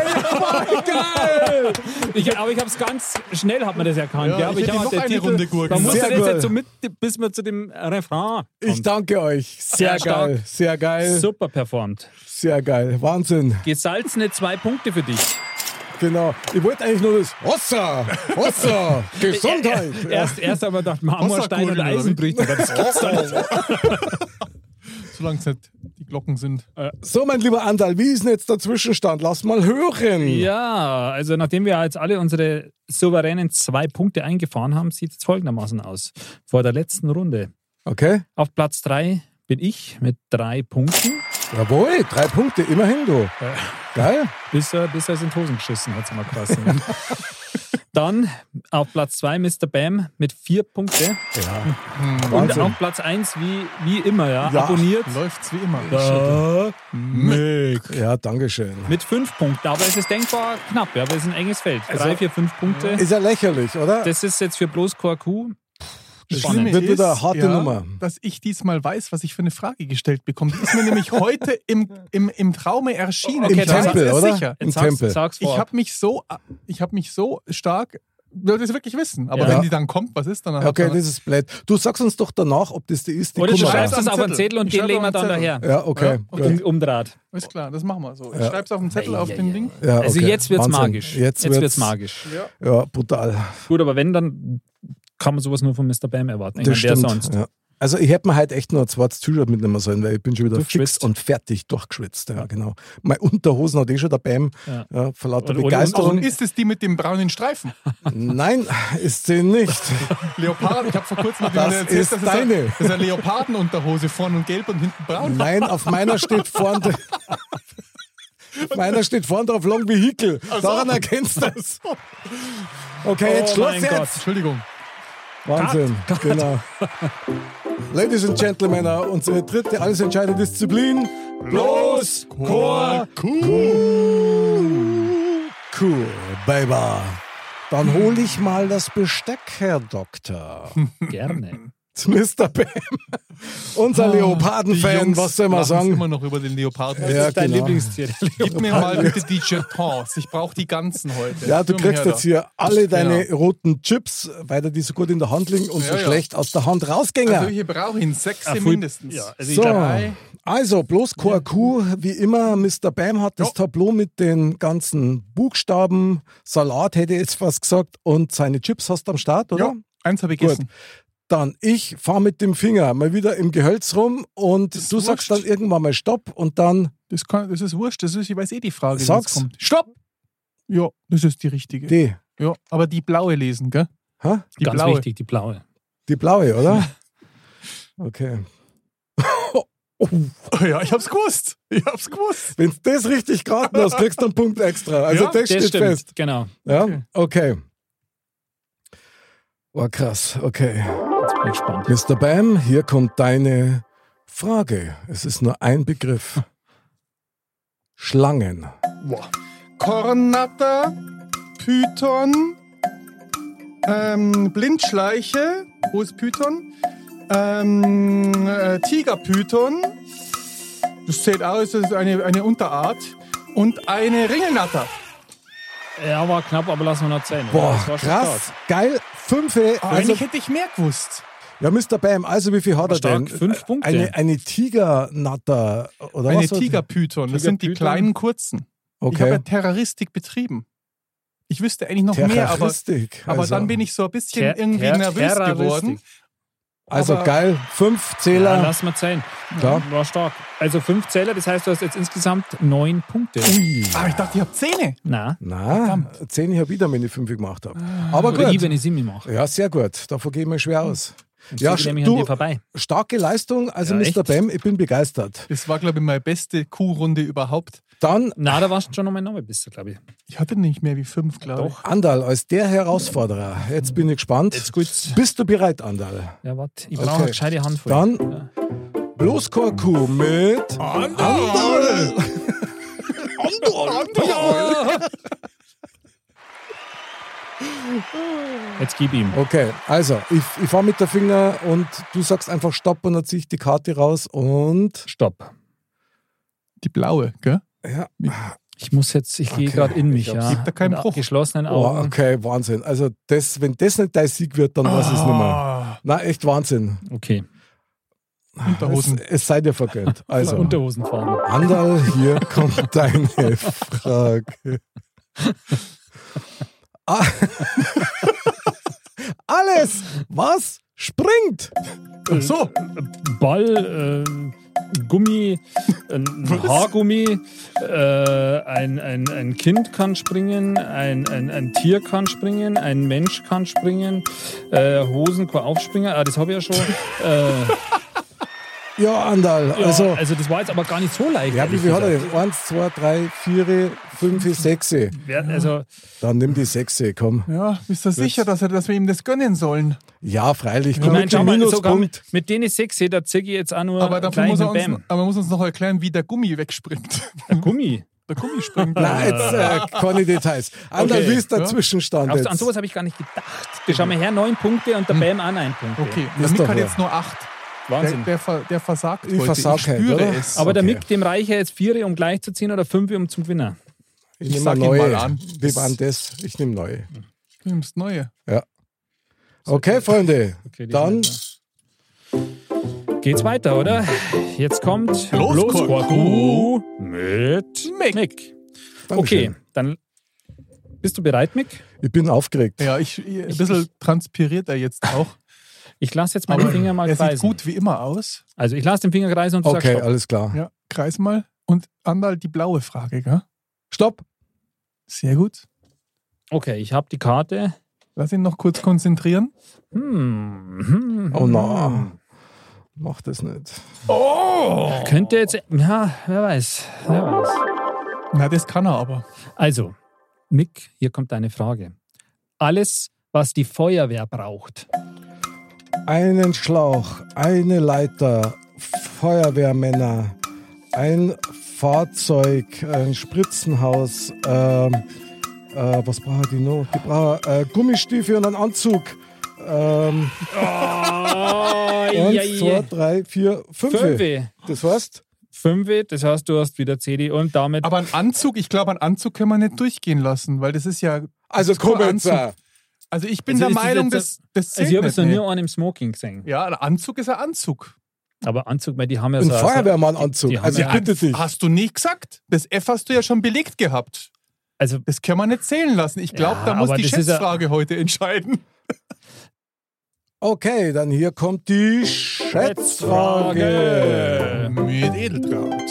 Speaker 1: Ich, aber ich habe es ganz schnell, hat man das erkannt. Ja,
Speaker 4: Ja,
Speaker 1: aber
Speaker 4: ich
Speaker 1: ich
Speaker 4: hätte
Speaker 1: habe
Speaker 4: noch
Speaker 1: der
Speaker 4: eine
Speaker 1: Titel,
Speaker 4: Runde gurken
Speaker 1: Man muss
Speaker 3: müssen. Sehr
Speaker 1: ja jetzt,
Speaker 3: gut.
Speaker 1: jetzt so mit, bis man zu dem Refrain
Speaker 3: Ich
Speaker 1: kommt.
Speaker 3: danke euch. Sehr
Speaker 1: Sehr stark.
Speaker 3: geil, sehr geil,
Speaker 1: Super performt.
Speaker 3: sehr geil. Wahnsinn.
Speaker 1: Gesalzene zwei Punkte für dich.
Speaker 3: Genau. Ich wollte eigentlich nur das Wasser, Wasser, Gesundheit.
Speaker 1: Erst, erst haben wir gedacht, Marmorstein und
Speaker 4: Wasserkugeln, oder
Speaker 1: Eisenbrüche.
Speaker 4: wie? Oh.
Speaker 1: Aber das gibt's doch nicht.
Speaker 4: Solange es nicht die Glocken sind.
Speaker 3: So, mein lieber Andal, wie ist denn jetzt der Zwischenstand? Lass mal hören.
Speaker 1: Ja, also nachdem wir jetzt alle unsere souveränen zwei Punkte eingefahren haben, sieht es folgendermaßen aus. Vor der letzten Runde.
Speaker 3: Okay.
Speaker 1: Auf Platz drei bin ich mit drei Punkten,
Speaker 3: Jawohl, drei Punkte, immerhin du. Geil.
Speaker 1: bis er, bis er es in die Hosen geschissen hat, mal krass.
Speaker 3: ne?
Speaker 1: Dann auf Platz zwei Mr. Bam mit vier Punkte. Und
Speaker 3: Hm, Wahnsinn.
Speaker 1: auf Platz eins wie, wie immer, ja,
Speaker 3: Ja,
Speaker 1: abonniert. äh,
Speaker 4: Läuft's wie immer.
Speaker 1: Der Mick.
Speaker 3: Ja, Dankeschön.
Speaker 1: Mit fünf Punkten, aber es ist denkbar knapp, ja, aber es ist ein enges Feld. Drei, vier, fünf Punkte.
Speaker 3: Ist Also ja lächerlich, oder?
Speaker 1: Das ist jetzt für bloß Korku.
Speaker 4: Das
Speaker 1: Spannend.
Speaker 4: Schlimme
Speaker 3: Wird
Speaker 4: ist,
Speaker 3: wieder eine harte
Speaker 4: ja,
Speaker 3: Nummer.
Speaker 4: dass ich diesmal weiß, was ich für eine Frage gestellt bekomme. Die ist mir nämlich heute im, im, im Traume erschienen.
Speaker 1: Okay,
Speaker 3: Im
Speaker 1: das
Speaker 3: Tempel,
Speaker 4: ist
Speaker 3: oder?
Speaker 4: sicher.
Speaker 3: Im
Speaker 1: Jetzt sag's,
Speaker 3: Tempel.
Speaker 1: sag's
Speaker 4: Ich
Speaker 1: vor.
Speaker 4: habe mich so, ich habe mich so stark, will das wirklich wissen. Aber
Speaker 1: Ja.
Speaker 4: wenn die dann kommt, was ist dann? dann
Speaker 3: Okay,
Speaker 4: hat man,
Speaker 3: das ist blöd. Du sagst uns doch danach, ob das die ist, die
Speaker 1: Oder du
Speaker 3: Kummer
Speaker 1: schreibst
Speaker 3: war.
Speaker 1: das auf einen
Speaker 4: Zettel.
Speaker 1: Zettel und
Speaker 4: Ich
Speaker 1: den
Speaker 4: schreib
Speaker 1: legen wir
Speaker 4: auf
Speaker 1: dann
Speaker 4: einen
Speaker 1: daher.
Speaker 3: Ja, okay.
Speaker 4: Ja,
Speaker 3: gut.
Speaker 1: Um, umdraht.
Speaker 4: ist klar, das machen wir so. Ich schreib's auf den Zettel auf den Ding.
Speaker 3: Ja,
Speaker 1: Also
Speaker 3: okay.
Speaker 1: jetzt wird's
Speaker 3: Wahnsinn.
Speaker 1: magisch.
Speaker 3: Jetzt,
Speaker 1: wird's, magisch.
Speaker 3: Ja, brutal.
Speaker 1: Gut, aber wenn, dann kann man sowas nur von Mr. Bam erwarten. Ich
Speaker 3: Das
Speaker 1: meine, wer
Speaker 3: stimmt.
Speaker 1: sonst?
Speaker 3: Ja. Also ich hätte mir halt echt nur ein zweites T-Shirt mitnehmen sollen, weil ich bin schon wieder fix
Speaker 1: Durchgeschwitzt.
Speaker 3: und fertig durchgeschwitzt. Ja, genau. Meine Unterhosen hat eh schon der Bam ja.
Speaker 1: Ja.
Speaker 3: vor lauter
Speaker 1: Und ohne
Speaker 3: Begeisterung.
Speaker 4: Und ist es die mit dem braunen Streifen?
Speaker 3: Nein, ist sie nicht.
Speaker 4: Leoparden, ich habe vor kurzem mit
Speaker 3: Das
Speaker 4: jemandem
Speaker 3: ist
Speaker 4: dass es eine-
Speaker 3: deine.
Speaker 4: dass eine Leopardenunterhose vorne und gelb und hinten braun.
Speaker 3: Nein, auf meiner steht vorne Meiner steht vorne drauf Long Vehicle. Daran erkennst du das. Okay, jetzt
Speaker 1: Oh
Speaker 3: Schluss
Speaker 1: mein
Speaker 3: jetzt.
Speaker 1: Gott.
Speaker 4: Entschuldigung.
Speaker 3: Wahnsinn. Genau. Ladies and Gentlemen, äh, unsere dritte alles entscheidende Disziplin. Los, Chor, Kuh. Kuh, Baby. Dann hol ich mal das Besteck, Herr Doktor.
Speaker 1: Gerne.
Speaker 3: Mr. Bam.
Speaker 4: Ah,
Speaker 3: Unser Leopardenfan, was soll man
Speaker 4: lachen es immer
Speaker 3: sagen?
Speaker 4: noch über den Leoparden.
Speaker 3: Ja,
Speaker 1: Dein
Speaker 3: genau.
Speaker 1: Lieblingstier.
Speaker 4: Gib mir mal bitte die Jetons. Ich brauche die ganzen heute.
Speaker 3: Ja, du
Speaker 4: Komm
Speaker 3: kriegst
Speaker 4: her
Speaker 3: jetzt
Speaker 4: da.
Speaker 3: hier alle deine
Speaker 4: Ja.
Speaker 3: roten Chips, weil dir die so gut in der Hand liegen und so
Speaker 4: Ja, ja.
Speaker 3: schlecht aus der Hand rausgingen.
Speaker 4: Also hier brauche ich ihn sechs mindestens.
Speaker 1: Ja, also ich
Speaker 3: So,
Speaker 1: glaub,
Speaker 3: also bloß QAQ, wie immer, Mr. Bam hat das Tableau mit den ganzen Buchstaben, Salat hätte ich jetzt fast gesagt, und seine Chips hast du am Start, oder?
Speaker 4: ja, eins habe ich
Speaker 3: Gut.
Speaker 4: gegessen.
Speaker 3: Dann ich fahre mit dem Finger mal wieder im Gehölz rum und
Speaker 4: ist
Speaker 3: du sagst
Speaker 4: wurscht.
Speaker 3: dann irgendwann mal Stopp und dann
Speaker 4: Das, kann, das ist wurscht. Das ist, ich weiß eh die Frage, die
Speaker 3: Sag's.
Speaker 4: jetzt kommt. Stopp! Ja, das ist die richtige.
Speaker 3: die,
Speaker 4: ja, aber die blaue lesen, gell?
Speaker 3: hä?
Speaker 4: Die
Speaker 1: ganz
Speaker 4: blaue.
Speaker 1: wichtig, die blaue.
Speaker 3: die blaue, oder? Okay.
Speaker 4: Ja, ich hab's gewusst. Ich hab's gewusst.
Speaker 3: Wenn du das richtig geraten hast, kriegst du einen Punkt extra. Also
Speaker 4: Ja,
Speaker 3: das,
Speaker 1: Das
Speaker 3: steht
Speaker 1: stimmt,
Speaker 3: fest.
Speaker 1: genau.
Speaker 3: Ja, okay. Oh, krass, okay.
Speaker 1: Jetzt bin ich gespannt.
Speaker 3: Mr. Bam, hier kommt deine Frage. Es ist nur ein Begriff. Schlangen.
Speaker 4: Kornatter, Python, ähm, Blindschleiche, wo ist Python? Ähm, äh, Tigerpython, das zählt aus, das ist eine, eine Unterart. Und eine Ringelnatter.
Speaker 1: Ja, war knapp, aber lassen wir noch zählen.
Speaker 3: Boah,
Speaker 1: Das war schon
Speaker 3: krass.
Speaker 1: stark.
Speaker 3: Geil. Fünfe.
Speaker 4: Ah,
Speaker 3: Also,
Speaker 4: eigentlich hätte ich mehr gewusst.
Speaker 3: ja, Mr. Bam, also wie viel hat er
Speaker 1: Stark,
Speaker 3: denn?
Speaker 1: fünf Punkte.
Speaker 3: Eine, eine Tigernatter oder
Speaker 4: Eine
Speaker 3: was?
Speaker 4: Tigerpython, das sind die
Speaker 1: Tigerpython?
Speaker 4: kleinen kurzen. Ich habe ja
Speaker 3: Okay.
Speaker 4: Terroristik betrieben. Ich wüsste eigentlich noch mehr, aber,
Speaker 3: Terroristik.
Speaker 4: aber
Speaker 3: also,
Speaker 4: dann bin ich so ein bisschen
Speaker 1: Ter-
Speaker 4: irgendwie
Speaker 1: Ter-
Speaker 4: nervös
Speaker 1: Terroristik.
Speaker 4: geworden.
Speaker 3: Also
Speaker 4: aber-
Speaker 3: geil. Fünf
Speaker 1: Ja,
Speaker 3: Zähler.
Speaker 1: lass mal zählen.
Speaker 3: Klar.
Speaker 1: War stark. Also fünf Zähler, das heißt, du hast jetzt insgesamt neun Punkte.
Speaker 3: Ui.
Speaker 4: Aber Ah, ich dachte, ich habe Zähne.
Speaker 1: Na,
Speaker 3: Na, zehn ich ja wieder, wenn ich fünf gemacht habe. Aber
Speaker 1: oder ich,
Speaker 3: gut.
Speaker 1: wenn ich sieben mache.
Speaker 3: Ja, sehr gut. Da vergehe ich mir schwer aus. Ja,
Speaker 1: ich nämlich an dir vorbei.
Speaker 3: starke Leistung. Also,
Speaker 1: Ja,
Speaker 3: Mr.
Speaker 1: echt.
Speaker 3: Bam, ich bin begeistert.
Speaker 4: Das war, glaube ich, meine beste Kuhrunde überhaupt.
Speaker 3: Dann
Speaker 1: Na, da warst du schon noch mein Name, bist du, glaube ich.
Speaker 4: Ich hatte nicht mehr wie fünf, glaube ich.
Speaker 3: Andal, als der Herausforderer, jetzt bin ich gespannt.
Speaker 1: Jetzt geht's.
Speaker 3: Bist du bereit, Andal?
Speaker 1: Ja, warte. Ich brauche
Speaker 3: Okay.
Speaker 1: eine gescheite Handvoll.
Speaker 3: Dann- Bloß Korku mit Andal!
Speaker 1: Ja. Jetzt gib ihm.
Speaker 3: Okay, also, ich, ich fahre mit der Finger und du sagst einfach Stopp und dann ziehe ich die Karte raus und.
Speaker 1: Stopp.
Speaker 4: Die blaue, gell?
Speaker 3: Ja.
Speaker 1: Ich muss jetzt, ich gehe
Speaker 3: Okay.
Speaker 1: gerade in
Speaker 3: Ich
Speaker 1: mich. ja.
Speaker 3: hab's.
Speaker 4: Gibt da keinen
Speaker 1: Mit
Speaker 4: Bruch.
Speaker 1: Geschlossenen
Speaker 3: Oh,
Speaker 1: Augen.
Speaker 3: okay, Wahnsinn. Also, das, wenn das nicht dein Sieg wird, dann weiß ich es nicht mehr.
Speaker 4: Ah,
Speaker 3: Na, echt Wahnsinn.
Speaker 1: Okay.
Speaker 3: Es,
Speaker 4: Unterhosen.
Speaker 3: es sei dir vergönnt. Also,
Speaker 1: Unterhosenfarben.
Speaker 3: Andal, hier kommt deine Frage. Ah. Alles, was springt.
Speaker 4: Ach So,
Speaker 1: Ball, äh, Gummi, ein Haargummi, äh, ein, ein, ein Kind kann springen, ein, ein, ein Tier kann springen, ein Mensch kann springen, äh, Hosen kann aufspringen, ah, das habe ich ja schon. Äh,
Speaker 3: Ja, Andal,
Speaker 1: ja, also,
Speaker 3: also,
Speaker 1: das war jetzt aber gar nicht so leicht.
Speaker 3: ja, wie
Speaker 1: ehrlich
Speaker 3: viel hat er
Speaker 1: gesagt.
Speaker 3: denn? Eins, zwei, drei, vier, fünf, sechs.
Speaker 1: Wer- Also,
Speaker 3: Dann nimm die sechs, komm.
Speaker 4: ja, bist du sicher, dass, er, dass wir ihm das gönnen sollen?
Speaker 3: Ja, freilich,
Speaker 1: ich
Speaker 3: komm,
Speaker 1: meine,
Speaker 3: mit
Speaker 1: schau
Speaker 3: dem
Speaker 1: mal, sogar mit,
Speaker 3: Minuspunkt.
Speaker 1: mit denen sechs da zirke ich jetzt auch nur
Speaker 4: Aber dafür
Speaker 1: gleich
Speaker 4: muss er
Speaker 1: einen Bam.
Speaker 4: uns, aber er muss uns noch erklären, wie der Gummi wegspringt.
Speaker 1: Ein Gummi.
Speaker 4: Der Gummi springt.
Speaker 3: Nein, jetzt äh, keine Details. Andal,
Speaker 1: Okay,
Speaker 3: wie ist der
Speaker 4: ja.
Speaker 3: Zwischenstand
Speaker 1: Auf,
Speaker 3: jetzt?
Speaker 1: an sowas habe ich gar nicht gedacht. Schau mal her, neun Punkte und der Bam auch neun Punkte.
Speaker 4: Mhm. Okay,
Speaker 3: Ist
Speaker 4: der Mick
Speaker 3: doch
Speaker 4: hat
Speaker 3: wahr.
Speaker 4: jetzt nur acht. Der,
Speaker 1: Wahnsinn.
Speaker 4: der, ver, der versagt
Speaker 3: Ich
Speaker 4: heute.
Speaker 3: versag
Speaker 4: ich
Speaker 3: halt,
Speaker 4: spüre
Speaker 3: oder?
Speaker 4: es.
Speaker 1: Aber
Speaker 3: Okay.
Speaker 1: damit dem Reicher jetzt vier, um gleich zu ziehen oder fünf, um zum Gewinner.
Speaker 3: ich
Speaker 4: ich
Speaker 3: nehme
Speaker 4: sag ihn
Speaker 3: neue.
Speaker 4: mal an.
Speaker 3: Wie war denn das? Ich nehme neue.
Speaker 4: du nimmst neue.
Speaker 3: Okay, Freunde,
Speaker 1: Okay, die
Speaker 3: dann
Speaker 1: sind da. geht's weiter, oder? Jetzt kommt
Speaker 4: Los,
Speaker 1: Korku mit Mick. Okay,
Speaker 3: Dankeschön.
Speaker 1: dann bist du bereit, Mick?
Speaker 3: ich bin aufgeregt.
Speaker 4: Ja, ich, ich, ein bisschen transpiriert er jetzt auch.
Speaker 1: Ah, Ich lasse jetzt meine Finger mal
Speaker 4: er sieht
Speaker 1: kreisen.
Speaker 4: gut wie immer aus.
Speaker 1: Also ich lasse den Finger kreisen und du
Speaker 3: Okay,
Speaker 1: sagst Stopp.
Speaker 3: alles klar.
Speaker 4: Ja, kreis mal. Und Andal die blaue Frage, gell?
Speaker 3: Stopp.
Speaker 4: Sehr gut. also-
Speaker 1: Okay, ich habe die Karte.
Speaker 4: Lass ihn noch kurz konzentrieren.
Speaker 1: Hm, hm,
Speaker 3: Oh na. Mach das nicht.
Speaker 1: könnte jetzt... Ja, wer weiß. Wer weiß.
Speaker 4: Na, das kann er aber.
Speaker 1: Also, Mick, hier kommt deine Frage. Alles, was die Feuerwehr braucht.
Speaker 3: Einen Schlauch, eine Leiter, Feuerwehrmänner, ein Fahrzeug, ein Spritzenhaus. Ähm, äh, was braucht die noch? Die braucht äh, Gummistiefel und einen Anzug. Ähm, eins, zwei, drei, vier, fünf.
Speaker 1: Fünfe.
Speaker 3: Das heißt,
Speaker 1: Fünfe, das heißt, du hast wieder CD und damit.
Speaker 4: Aber einen Anzug, ich glaube, einen Anzug können wir nicht durchgehen lassen, weil das ist ja.
Speaker 3: also
Speaker 4: das ist kein
Speaker 3: Kumpels.
Speaker 4: Anzug. Also ich bin
Speaker 1: Also
Speaker 4: der
Speaker 1: ist das
Speaker 4: Meinung,
Speaker 1: jetzt-
Speaker 4: das, das zählt
Speaker 1: also, ich habe
Speaker 4: nicht.
Speaker 1: es noch nie
Speaker 4: nee.
Speaker 1: einen im Smoking gesehen.
Speaker 4: ja, ein Anzug ist ein Anzug.
Speaker 1: Aber Anzug, weil die haben ja
Speaker 3: Ein
Speaker 1: so.
Speaker 3: Feuerwehrmannanzug.
Speaker 1: Also, die haben
Speaker 3: Also ich
Speaker 1: ja-
Speaker 3: bitte dich.
Speaker 4: Hast du nicht gesagt? Das F hast du ja schon belegt gehabt.
Speaker 1: Also,
Speaker 4: Das können wir nicht zählen lassen. Ich glaube,
Speaker 1: Ja,
Speaker 4: da muss
Speaker 1: aber
Speaker 4: die
Speaker 1: das ist ja-
Speaker 4: Schätzfrage heute entscheiden.
Speaker 3: Okay, dann hier kommt die Schätzfrage.
Speaker 1: Ähm.
Speaker 4: Mit Edeltraut.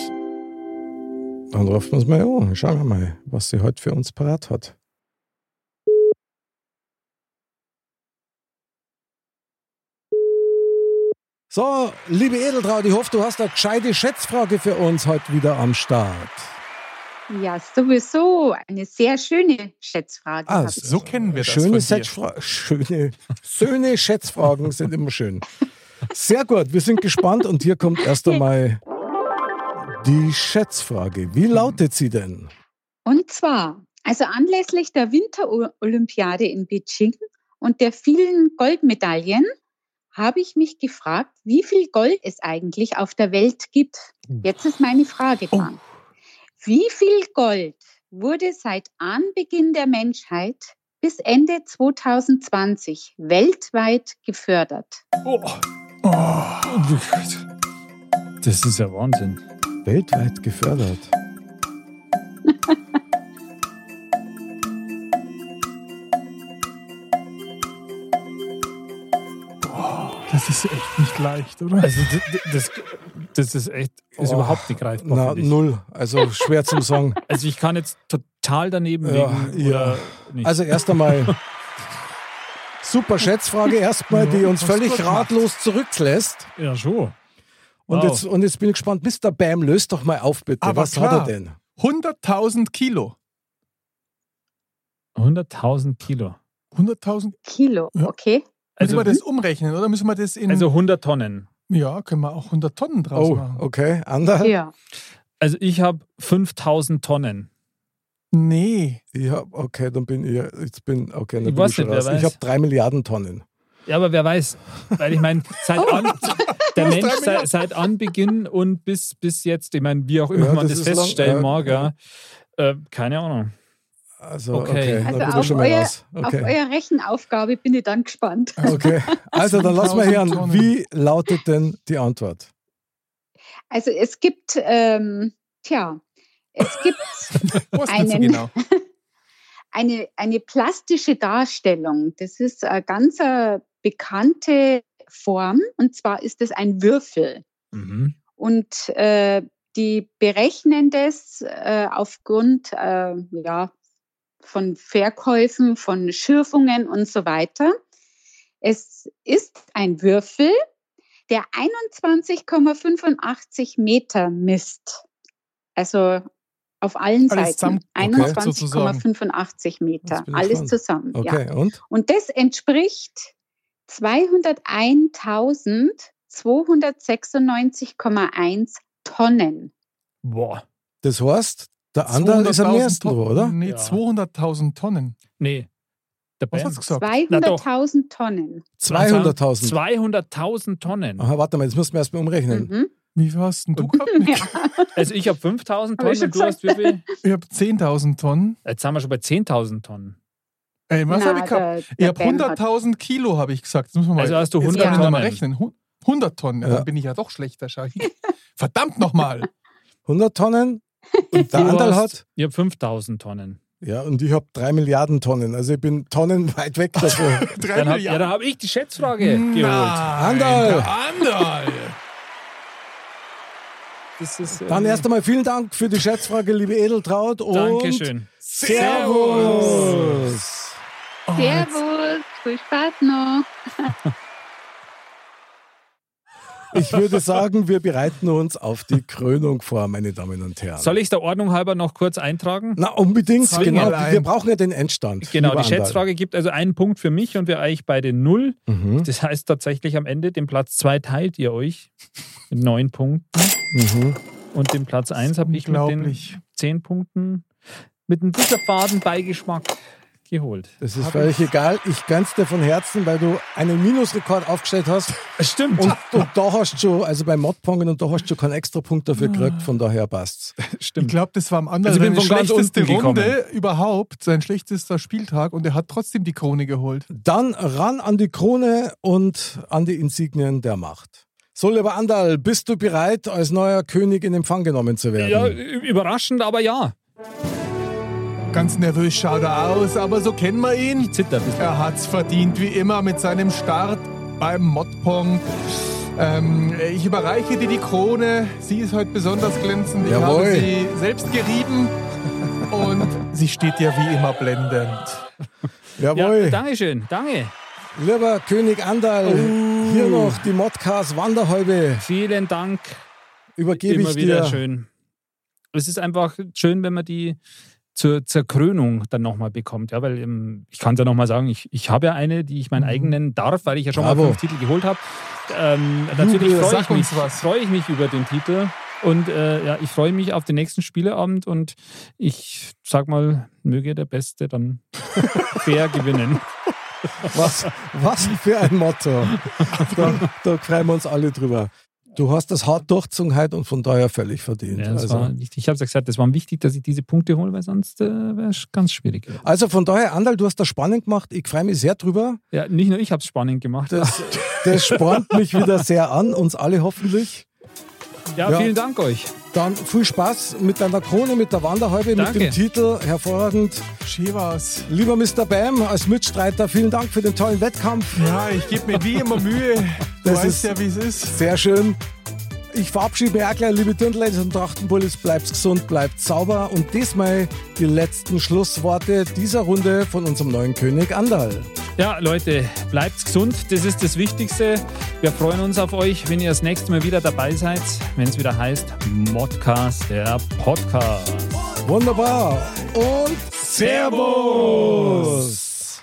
Speaker 3: Dann rufen wir es mal an. Schauen wir mal, was sie heute für uns parat hat. So, liebe Edeltraut, ich hoffe, du hast eine gescheite Schätzfrage für uns heute wieder am Start.
Speaker 5: Ja, sowieso eine sehr schöne Schätzfrage.
Speaker 3: Ah,
Speaker 5: habe ich.
Speaker 4: So kennen wir das.
Speaker 3: Schöne,
Speaker 4: von dir.
Speaker 3: Schätzfra schöne, schöne Schätzfragen sind immer schön. Sehr gut, wir sind gespannt und hier kommt erst einmal die Schätzfrage. Wie lautet sie denn?
Speaker 5: Und zwar, also anlässlich der Winterolympiade in Beijing und der vielen Goldmedaillen habe ich mich gefragt, wie viel Gold es eigentlich auf der Welt gibt. Jetzt ist meine Frage
Speaker 4: Oh.
Speaker 5: dran. Wie viel Gold wurde seit Anbeginn der Menschheit bis Ende 2020 weltweit gefördert?
Speaker 1: das ist ja Wahnsinn.
Speaker 3: Weltweit gefördert.
Speaker 4: Das ist echt nicht leicht, oder?
Speaker 1: Also, das, das, das ist echt. Ist
Speaker 3: Oh,
Speaker 1: überhaupt nicht greifbar.
Speaker 3: Na,
Speaker 1: finde ich.
Speaker 3: null. Also schwer zum Sagen.
Speaker 1: Also, ich kann jetzt total daneben
Speaker 3: Ja,
Speaker 1: liegen.
Speaker 3: ja.
Speaker 1: Oder nicht.
Speaker 3: Also erst einmal super Schätzfrage erstmal, die uns
Speaker 4: hast
Speaker 3: völlig
Speaker 4: gut gemacht.
Speaker 3: ratlos zurücklässt.
Speaker 1: ja, schon.
Speaker 3: Und,
Speaker 1: Wow. Ah,
Speaker 3: jetzt, und jetzt bin ich gespannt, Mr. Bam, löst doch mal auf bitte.
Speaker 4: Aber
Speaker 3: Was
Speaker 4: klar.
Speaker 3: hat er denn?
Speaker 4: 100.000 Kilo.
Speaker 1: 100.000 Kilo.
Speaker 4: 100.000.
Speaker 5: Kilo,
Speaker 4: Ja.
Speaker 5: okay.
Speaker 1: Also,
Speaker 4: Müssen wir das umrechnen, oder müssen wir das in.
Speaker 1: also 100 Tonnen.
Speaker 4: ja, können wir auch 100 Tonnen draus
Speaker 3: Oh,
Speaker 4: machen.
Speaker 3: okay. Ander?
Speaker 5: Ja.
Speaker 1: Also, ich habe 5000 Tonnen.
Speaker 4: Nee.
Speaker 3: Ich hab, okay, dann bin ich, ich bin, okay, dann
Speaker 1: Ich
Speaker 3: bin
Speaker 1: weiß
Speaker 3: ich schon
Speaker 1: nicht, wer
Speaker 3: raus. Ich
Speaker 1: weiß.
Speaker 3: habe drei Milliarden Tonnen.
Speaker 1: Ja, aber wer weiß. Weil ich meine, seit an, der Mensch seit, seit Anbeginn und bis, bis jetzt, ich meine, wie auch immer
Speaker 3: Ja,
Speaker 1: man
Speaker 3: das
Speaker 1: das,
Speaker 3: ist lang-
Speaker 1: feststellen
Speaker 3: ja,
Speaker 1: mag, ja, äh, keine Ahnung.
Speaker 3: Also, okay,
Speaker 1: Okay.
Speaker 3: dann
Speaker 5: Also
Speaker 3: bin ich
Speaker 5: auf
Speaker 3: schon mal
Speaker 5: euer-
Speaker 3: raus.
Speaker 5: Auf
Speaker 3: Okay.
Speaker 5: eure Rechenaufgabe bin ich dann gespannt.
Speaker 3: okay. Also, dann lass mal
Speaker 4: 1000
Speaker 3: hören,
Speaker 4: Tonnen.
Speaker 3: wie lautet denn die Antwort?
Speaker 5: Also es gibt, ähm, tja, es gibt
Speaker 4: Was denn so
Speaker 5: Einen.
Speaker 4: genau?
Speaker 5: eine, eine plastische Darstellung. Das ist eine ganz äh, bekannte Form und zwar ist es ein Würfel.
Speaker 1: Mhm.
Speaker 5: Und äh, die berechnen das äh, aufgrund äh, ja, von Verkäufen, von Schürfungen und so weiter. Es ist ein Würfel, der 21,85 Meter misst. Also auf allen
Speaker 4: Alles
Speaker 5: Seiten.
Speaker 4: zusammen-
Speaker 3: okay,
Speaker 5: 21,85 Meter.
Speaker 3: Jetzt bin ich
Speaker 5: Alles
Speaker 3: gespannt.
Speaker 5: zusammen. Ja.
Speaker 3: Okay, und?
Speaker 5: Und das entspricht 201.296,1 Tonnen.
Speaker 1: Boah.
Speaker 3: Das heißt, der Ander ist am
Speaker 4: 200.000
Speaker 3: nächsten, dran,
Speaker 4: Tonnen.
Speaker 3: oder?
Speaker 4: Nee,
Speaker 1: Ja.
Speaker 4: 200.000 Tonnen.
Speaker 1: Nee. Der
Speaker 4: Was
Speaker 1: Bam.
Speaker 4: hast du gesagt?
Speaker 5: 200.000 Tonnen.
Speaker 3: 200.000.
Speaker 1: 200.000 Tonnen.
Speaker 3: Aha, warte mal, jetzt müssen wir erstmal umrechnen.
Speaker 5: Mhm.
Speaker 4: Wie viel hast denn du gehabt? Nick?
Speaker 1: Also ich habe 5.000
Speaker 5: Hab ich
Speaker 1: Tonnen
Speaker 5: schon
Speaker 1: und du hast wie viel?
Speaker 4: Ich habe 10.000 Tonnen.
Speaker 1: Jetzt sind wir schon bei 10.000 Tonnen.
Speaker 4: Ey, was
Speaker 5: Na,
Speaker 4: habe ich gehabt?
Speaker 5: Genau, der-
Speaker 4: Ich
Speaker 5: der
Speaker 4: habe
Speaker 5: Ben hat-
Speaker 4: 100.000 Kilo, habe ich gesagt. Das müssen wir mal,
Speaker 1: Also hast du
Speaker 4: jetzt
Speaker 1: 100
Speaker 4: kann ich noch mal
Speaker 1: Tonnen.
Speaker 4: rechnen. Hu- 100 Tonnen. Ja.
Speaker 3: Ja.
Speaker 4: Dann bin ich ja doch schlechter, Schau ich. Verdammt nochmal.
Speaker 3: 100 Tonnen. Und der
Speaker 1: Du
Speaker 3: Anderl
Speaker 1: hast-
Speaker 3: hat.
Speaker 1: Ich habe 5.000 Tonnen.
Speaker 3: Ja, und ich habe 3 Milliarden Tonnen. Also ich bin Tonnen weit weg davon.
Speaker 4: Drei
Speaker 1: Dann habe ja, dann hab ich die Schätzfrage geholt.
Speaker 3: Anderl.
Speaker 4: Anderl. Anderl.
Speaker 1: Das ist, äh,
Speaker 3: Dann erst einmal vielen Dank für die Schätzfrage, liebe Edeltraut. Und
Speaker 1: Dankeschön.
Speaker 3: Servus.
Speaker 5: Servus, viel Spaß noch.
Speaker 3: Ich würde sagen, wir bereiten uns auf die Krönung vor, meine Damen und Herren.
Speaker 1: Soll ich der Ordnung halber noch kurz eintragen?
Speaker 3: Na, unbedingt, genau.
Speaker 4: allein.
Speaker 3: Wir brauchen ja den Endstand.
Speaker 1: Genau,
Speaker 3: lieber
Speaker 1: die
Speaker 3: Anderl.
Speaker 1: Schätzfrage gibt also einen Punkt für mich und wir eigentlich beide null.
Speaker 3: Mhm.
Speaker 1: Das heißt tatsächlich am Ende, den Platz 2 teilt ihr euch mit neun Punkten
Speaker 3: Mhm.
Speaker 1: und den Platz 1 habe ich mit den
Speaker 4: Unglaublich.
Speaker 1: zehn Punkten mit einem dicker Fadenbeigeschmack geholt.
Speaker 3: Das ist völlig egal. Ich ganz dir von Herzen, weil du einen Minusrekord aufgestellt hast.
Speaker 1: Stimmt.
Speaker 3: Und, und da hast du schon, also bei Modpongen, und da hast du schon keinen Extrapunkt
Speaker 1: Ah.
Speaker 3: dafür gekriegt, von daher passt's.
Speaker 1: Stimmt.
Speaker 4: Ich glaube, das war am anderen
Speaker 1: Also ich bin
Speaker 4: seine
Speaker 1: von ganz
Speaker 4: schlechteste
Speaker 1: unten gekommen.
Speaker 4: Runde überhaupt, sein schlechtester Spieltag und er hat trotzdem die Krone geholt.
Speaker 3: Dann ran an die Krone und an die Insignien der Macht. So, lieber Andal, bist du bereit, als neuer König in Empfang genommen zu werden?
Speaker 1: ja, überraschend, aber ja.
Speaker 4: Ganz nervös schaut er aus, aber so kennen wir ihn.
Speaker 1: Zittert.
Speaker 4: Er hat's verdient, wie immer, mit seinem Start beim Modpong. Ähm, ich überreiche dir die Krone. Sie ist heute besonders glänzend. Ich
Speaker 3: Jawohl.
Speaker 4: habe sie selbst gerieben. Und sie steht dir wie immer blendend.
Speaker 3: Jawohl.
Speaker 1: Dankeschön, danke.
Speaker 3: lieber König Andal,
Speaker 1: Oh.
Speaker 3: hier noch die Modcast Wanderhäube
Speaker 1: Vielen Dank.
Speaker 3: übergebe
Speaker 1: Immer
Speaker 3: ich
Speaker 1: wieder
Speaker 3: dir.
Speaker 1: schön. Es ist einfach schön, wenn man die zur, zur Krönung dann nochmal bekommt. Ja, weil ähm, ich kann es ja nochmal sagen, ich, ich habe ja eine, die ich meinen eigenen darf, weil ich ja schon
Speaker 3: Mhm. Bravo.
Speaker 1: mal fünf Titel geholt habe. Ähm, natürlich freue ich,
Speaker 4: sag
Speaker 1: mich-
Speaker 4: uns was.
Speaker 1: freue ich mich über den Titel. Und äh, ja, ich freue mich auf den nächsten Spieleabend und ich sag mal, möge der Beste dann fair gewinnen.
Speaker 3: Was, was für ein Motto. Da, da freuen wir uns alle drüber. Du hast das hart durchzogen heute und von daher völlig verdient.
Speaker 1: Ja, das
Speaker 3: also,
Speaker 1: war wichtig. Ich habe es ja gesagt, es war wichtig, dass ich diese Punkte hole, weil sonst äh, wäre es ganz schwierig.
Speaker 3: also von daher, Andal, du hast das spannend gemacht. Ich freue mich sehr drüber.
Speaker 1: Ja, nicht nur ich habe es spannend gemacht.
Speaker 3: Das, das spornt mich wieder sehr an, uns alle hoffentlich.
Speaker 1: ja,
Speaker 3: ja.
Speaker 1: vielen Dank euch.
Speaker 3: Dann viel Spaß mit deiner Krone, mit der Wanderhalbe, mit
Speaker 1: Danke.
Speaker 3: dem Titel. Hervorragend.
Speaker 4: Chivas.
Speaker 3: Lieber Mr. Bam, als Mitstreiter, vielen Dank für den tollen Wettkampf.
Speaker 4: Ja, ich gebe mir wie immer Mühe. Du
Speaker 3: Das
Speaker 4: weißt
Speaker 3: ist-
Speaker 4: ja, wie es ist.
Speaker 3: Sehr schön. Ich verabschiede mich auch gleich, liebe Dirndl-Ladies und Trachtenbullis. Bleibt gesund, bleibt sauber. Und diesmal die letzten Schlussworte dieser Runde von unserem neuen König Andal.
Speaker 1: Ja, Leute, bleibt gesund, das ist das Wichtigste. Wir freuen uns auf euch, wenn ihr das nächste Mal wieder dabei seid, wenn es wieder heißt Modcast, der Podcast.
Speaker 3: Wunderbar. Und Servus.